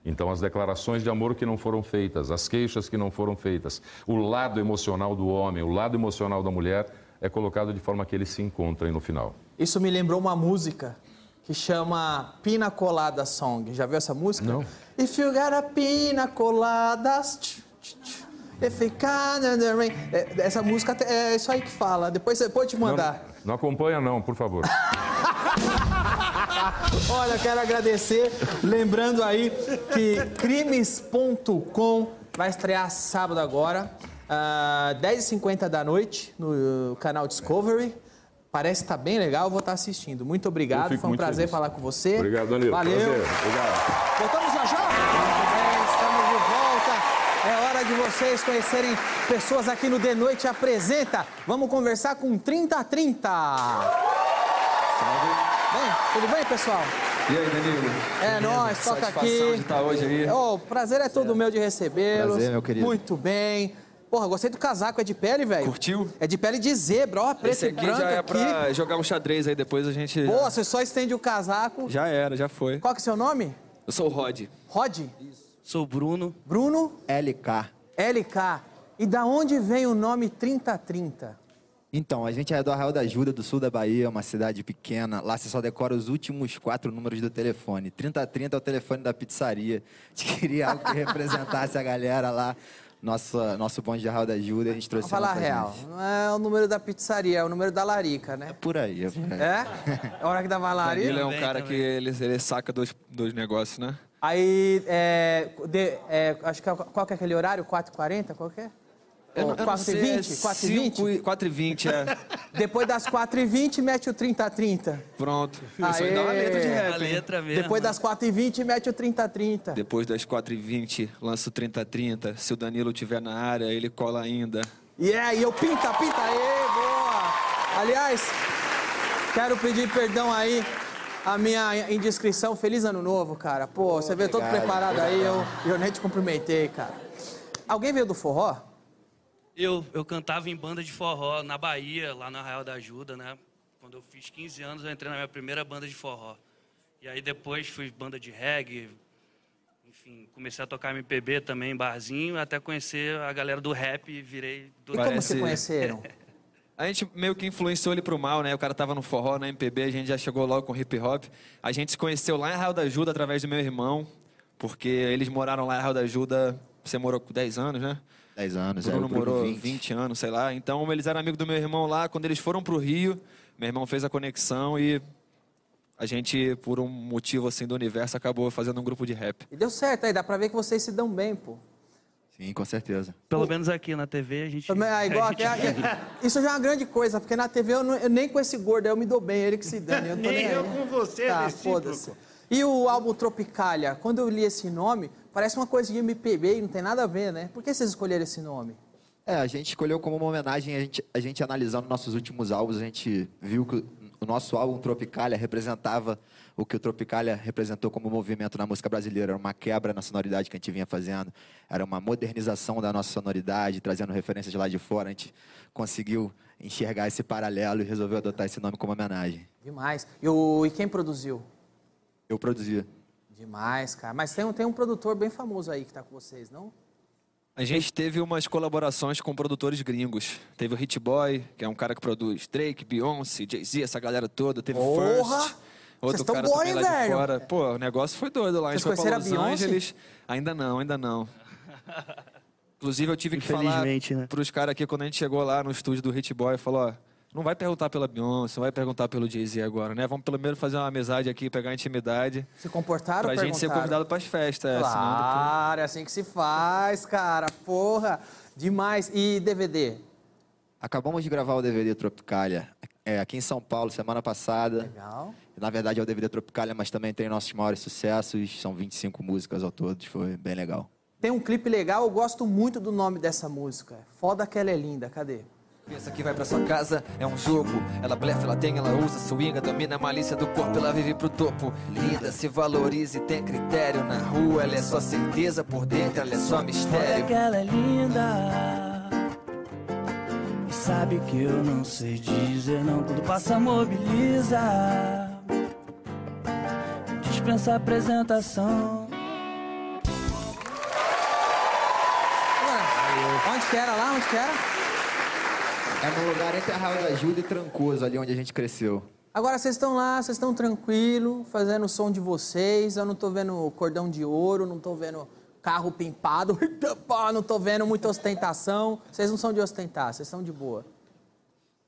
Então, as declarações de amor que não foram feitas, as queixas que não foram feitas, o lado emocional do homem, o lado emocional da mulher, é colocado de forma que eles se encontrem no final. Isso me lembrou uma música que chama Pina Colada Song. Já viu essa música? Não. If you got a pina coladas. tch, tch, tch, If you can under rain. É, Essa música é isso aí que fala. Depois você pode te mandar. Não, não acompanha, não, por favor. Olha, eu quero agradecer, lembrando aí que crimes.com vai estrear sábado agora, ah, 10h50 da noite, no canal Discovery. Parece que tá bem legal, eu vou estar assistindo. Muito Eu obrigado, fico foi um muito prazer feliz. falar com você. Obrigado, Danilo. Valeu. Prazer. Obrigado. Voltamos já já? Muito bem, estamos de volta. É hora de vocês conhecerem pessoas aqui no The Noite Apresenta. Vamos conversar com 3030. Bem, tudo bem, pessoal? E aí, Danilo? É nóis, toca Satisfação aqui. de estar hoje aí. Ô, o prazer é todo meu de recebê-los. Prazer, meu querido. Muito bem. Porra, gostei do casaco, é de pele, velho. Curtiu? É de pele de zebra, ó, preto Esse e aqui branco já é aqui. pra jogar um xadrez aí, depois a gente... Boa, você só estende o casaco. Já era, já foi. Qual que é o seu nome? Eu sou o Rod. Rod? Sou o Bruno. Bruno? LK. LK. E da onde vem o nome 3030? Então, a gente é do Arraial da Ajuda, do sul da Bahia, é uma cidade pequena. Lá você só decora os últimos quatro números do telefone. 3030 é o telefone da pizzaria. A gente queria algo que representasse a galera lá, nosso, nosso bonde de Arraial da Ajuda, e a gente Vou trouxe falar ela a pra real. gente. Não é o número da pizzaria, é o número da larica, né? Por aí, é por aí. É? É hora que dá uma larica. Danilo é um cara que ele, ele saca dos, dos negócios, né? Aí, é, de- é, acho que é- qual que é aquele horário? 4h40? Qual que é? Eu não- Ou eu não 4h20? sei, é 4h20? 4h20, é. Depois das 4h20, mete o 30-30. Pronto. Isso aí Aê! dá uma letra de rap. hein? Depois das 4h20, mete o 30-30. Depois das 4h20, lança o 30-30. Se o Danilo tiver na área, ele cola ainda. E é aí, eu pinta, pinta, aê, boa! Aliás, quero pedir perdão aí a minha indiscrição. Feliz ano novo, cara. Pô, você veio todo obrigado, preparado aí, eu, obrigado. eu nem te cumprimentei, cara. Alguém veio do forró? Eu, eu cantava em banda de forró na Bahia, lá na Arraial da Ajuda, né? Quando eu fiz 15 anos, eu entrei na minha primeira banda de forró. E aí depois fui banda de reggae, enfim, comecei a tocar MPB também em barzinho, até conhecer a galera do rap e virei... Do... Parece- A gente meio que influenciou ele pro mal, né? O cara tava no forró, na MPB, a gente já chegou logo com hip hop. A gente se conheceu lá em Arraial da Ajuda através do meu irmão, porque eles moraram lá em Arraial da Ajuda. Você morou com 10 anos, né? 10 anos, é, Bruno o Bruno morou 20. 20. anos, sei lá. Então eles eram amigos do meu irmão lá. Quando eles foram pro Rio, meu irmão fez a conexão e a gente, por um motivo assim do universo, acabou fazendo um grupo de rap. E deu certo aí, dá pra ver que vocês se dão bem, pô. Sim, com certeza. Pelo menos aqui na TV a gente... Também, ah, igual a gente- Tipo aqui, aqui. Isso já é uma grande coisa, porque na TV eu, não- eu nem com esse gordo eu me dou bem, ele que se dane. Eu não tô Nem nem eu aí. com você, tá, recíproco. foda-se. E o álbum Tropicália, quando eu li esse nome, parece uma coisa de MPB e não tem nada a ver, né? Por que vocês escolheram esse nome? É, a gente escolheu como uma homenagem, a gente, a gente analisando nossos últimos álbuns, a gente viu que o nosso álbum Tropicália representava o que o Tropicália representou como movimento na música brasileira. Era uma quebra na sonoridade que a gente vinha fazendo, era uma modernização da nossa sonoridade, trazendo referências lá de fora. A gente conseguiu enxergar esse paralelo e resolveu adotar esse nome como homenagem. Demais. E, o- e quem produziu? Eu produzi. Demais, cara. Mas tem, um- tem um produtor bem famoso aí que tá com vocês, não? A gente teve umas colaborações com produtores gringos. Teve o Hit Boy, que é um cara que produz Drake, Beyoncé, Jay-Z, essa galera toda. Teve o Porra! First. Outro Vocês estão cara também bora, lá hein, de velho? fora. Pô, o negócio foi doido lá. A gente Vocês foi pra Los conheceram a Beyoncé? Angeles. Ainda não, ainda não. Inclusive, eu tive que falar Infelizmente, né? pros caras aqui, quando a gente chegou lá no estúdio do Hit Boy, falou, ó, não vai perguntar pela Beyoncé, não vai perguntar pelo Jay-Z agora, né? Vamos pelo menos fazer uma amizade aqui, pegar intimidade. Se comportaram Pra gente ser perguntaram? convidado pras festas. é, senão depois- Claro, é assim que se faz, cara. Porra, demais. E DVD? Acabamos de gravar o DVD Tropicália é, aqui em São Paulo, semana passada. Legal. Na verdade é o DVD Tropicália, mas também tem nossos maiores sucessos. São 25 músicas ao todo, foi bem legal. Tem um clipe legal, eu gosto muito do nome dessa música. Foda que ela é linda, cadê? Pensa que vai pra sua casa, é um jogo. Ela blefa, ela tem, ela usa, swinga, domina a malícia do corpo, ela vive pro topo. Linda, se valorize, tem critério na rua, ela é só certeza, por dentro ela é só Olha mistério. que ela é linda. E sabe que eu não sei dizer não. Quando passa, mobiliza. Dispensa apresentação. Onde que era lá? Onde que era? É no lugar entre a Raul da Ajuda e Trancoso, ali onde a gente cresceu. Agora vocês estão lá, vocês estão tranquilo, fazendo o som de vocês. Eu não tô vendo cordão de ouro, não tô vendo carro pimpado, pá, não tô vendo muita ostentação. Vocês não são de ostentar, vocês são de boa.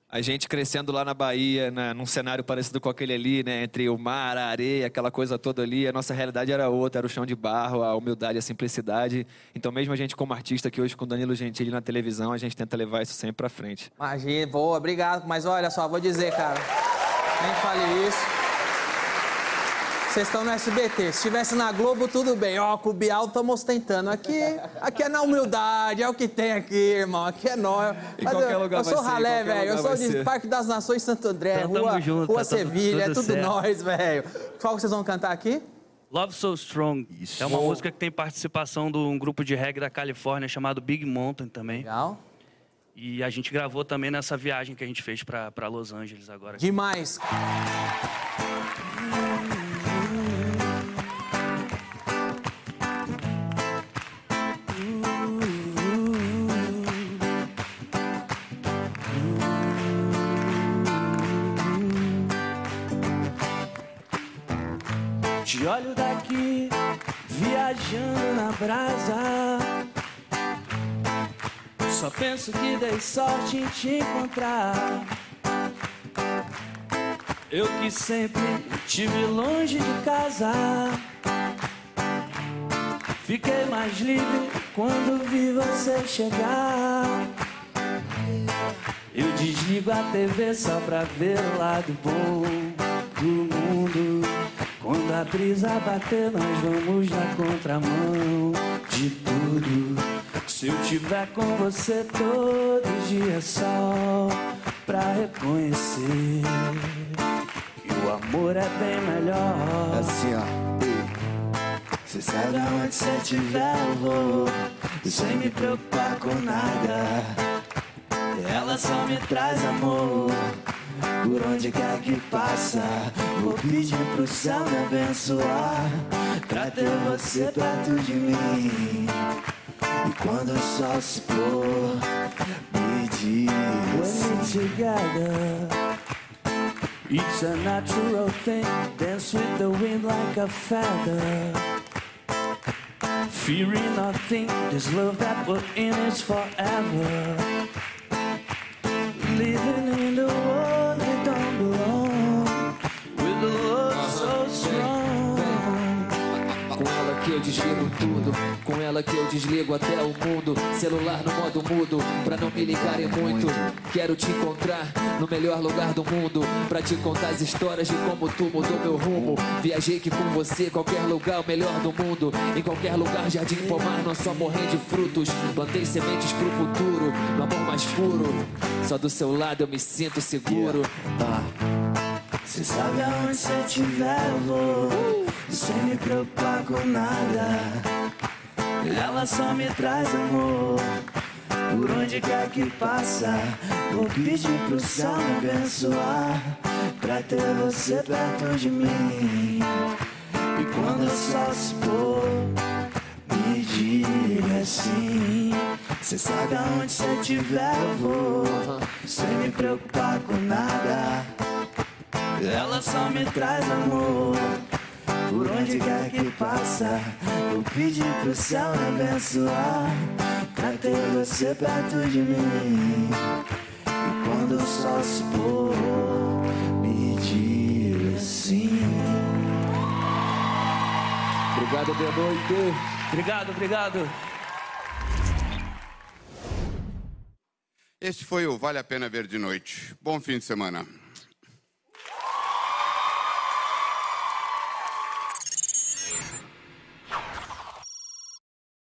A gente crescendo lá na Bahia, na- num cenário parecido com aquele ali, né? Entre o mar, a areia, aquela coisa toda ali. A nossa realidade era outra, era o chão de barro, a humildade, a simplicidade. Então mesmo a gente como artista aqui hoje com Danilo Gentili na televisão, a gente tenta levar isso sempre pra frente. Imagina, boa, obrigado. Mas olha só, vou dizer, cara. Nem fale isso. Vocês estão no SBT. Se estivesse na Globo, tudo bem. Ó, com o Bial estamos ostentando. Aqui, aqui é na humildade, é o que tem aqui, irmão. Aqui é nóis. Em Mas qualquer eu, lugar eu sou vai ser, em ralé, qualquer velho. Eu lugar sou vai de ser. Parque das Nações Santo André, Então, tamo Rua, junto, tá rua tudo- Sevilha, é tudo tudo certo. nós, velho. Qual que vocês vão cantar aqui? Love So Strong. É uma Boa. música que tem participação de um grupo de reggae da Califórnia chamado Big Mountain também. Legal. E a gente gravou também nessa viagem que a gente fez pra pra Los Angeles agora. Demais. Te olho daqui, viajando na brasa. Só penso que dei sorte em te encontrar. Eu que sempre tive longe de casa. Fiquei mais livre quando vi você chegar. Eu desligo a TV só pra ver o lado bom do mundo. Quando a brisa bater, nós vamos na contramão de tudo. Se eu tiver com você todo dia é sol pra reconhecer que o amor é bem melhor. Assim, ó. Você sabe onde você estiver, eu vou. Sem me preocupar com nada. Ela só me traz amor Por onde quer que passa Vou pedir pro céu me abençoar Pra ter você perto de mim E quando o sol se pôr Me diz We're together It's a natural thing Dance with the wind like a feather Fearing nothing This love that we're in is forever Living in the world we don't belong With the love so strong Com ela que eu desligo tudo, com ela que eu desligo até o mundo. Celular no modo mudo, pra não me ligarem muito. Quero te encontrar no melhor lugar do mundo, pra te contar as histórias de como tu mudou meu rumo. Viajei que com você, qualquer lugar, o melhor do mundo. Em qualquer lugar, jardim, pomar, não só morrer de frutos. Plantei sementes pro futuro, no amor mais puro. Só do seu lado eu me sinto seguro. Você sabe aonde você estiver eu vou Sem me preocupar com nada Ela só me traz amor Por onde quer que passa Vou pedir pro céu me abençoar Pra ter você perto de mim E quando o sol se pôr Me diga assim. Cê sabe aonde cê tiver, eu vou. Sem me preocupar com nada. Ela só me traz amor. Por onde quer que passa, vou pedir pro céu me abençoar. Pra ter você perto de mim. E quando o sol se pôr, me diz assim. Obrigado, boa noite. Obrigado, obrigado. Este foi o Vale a Pena Ver de Noite. Bom fim de semana.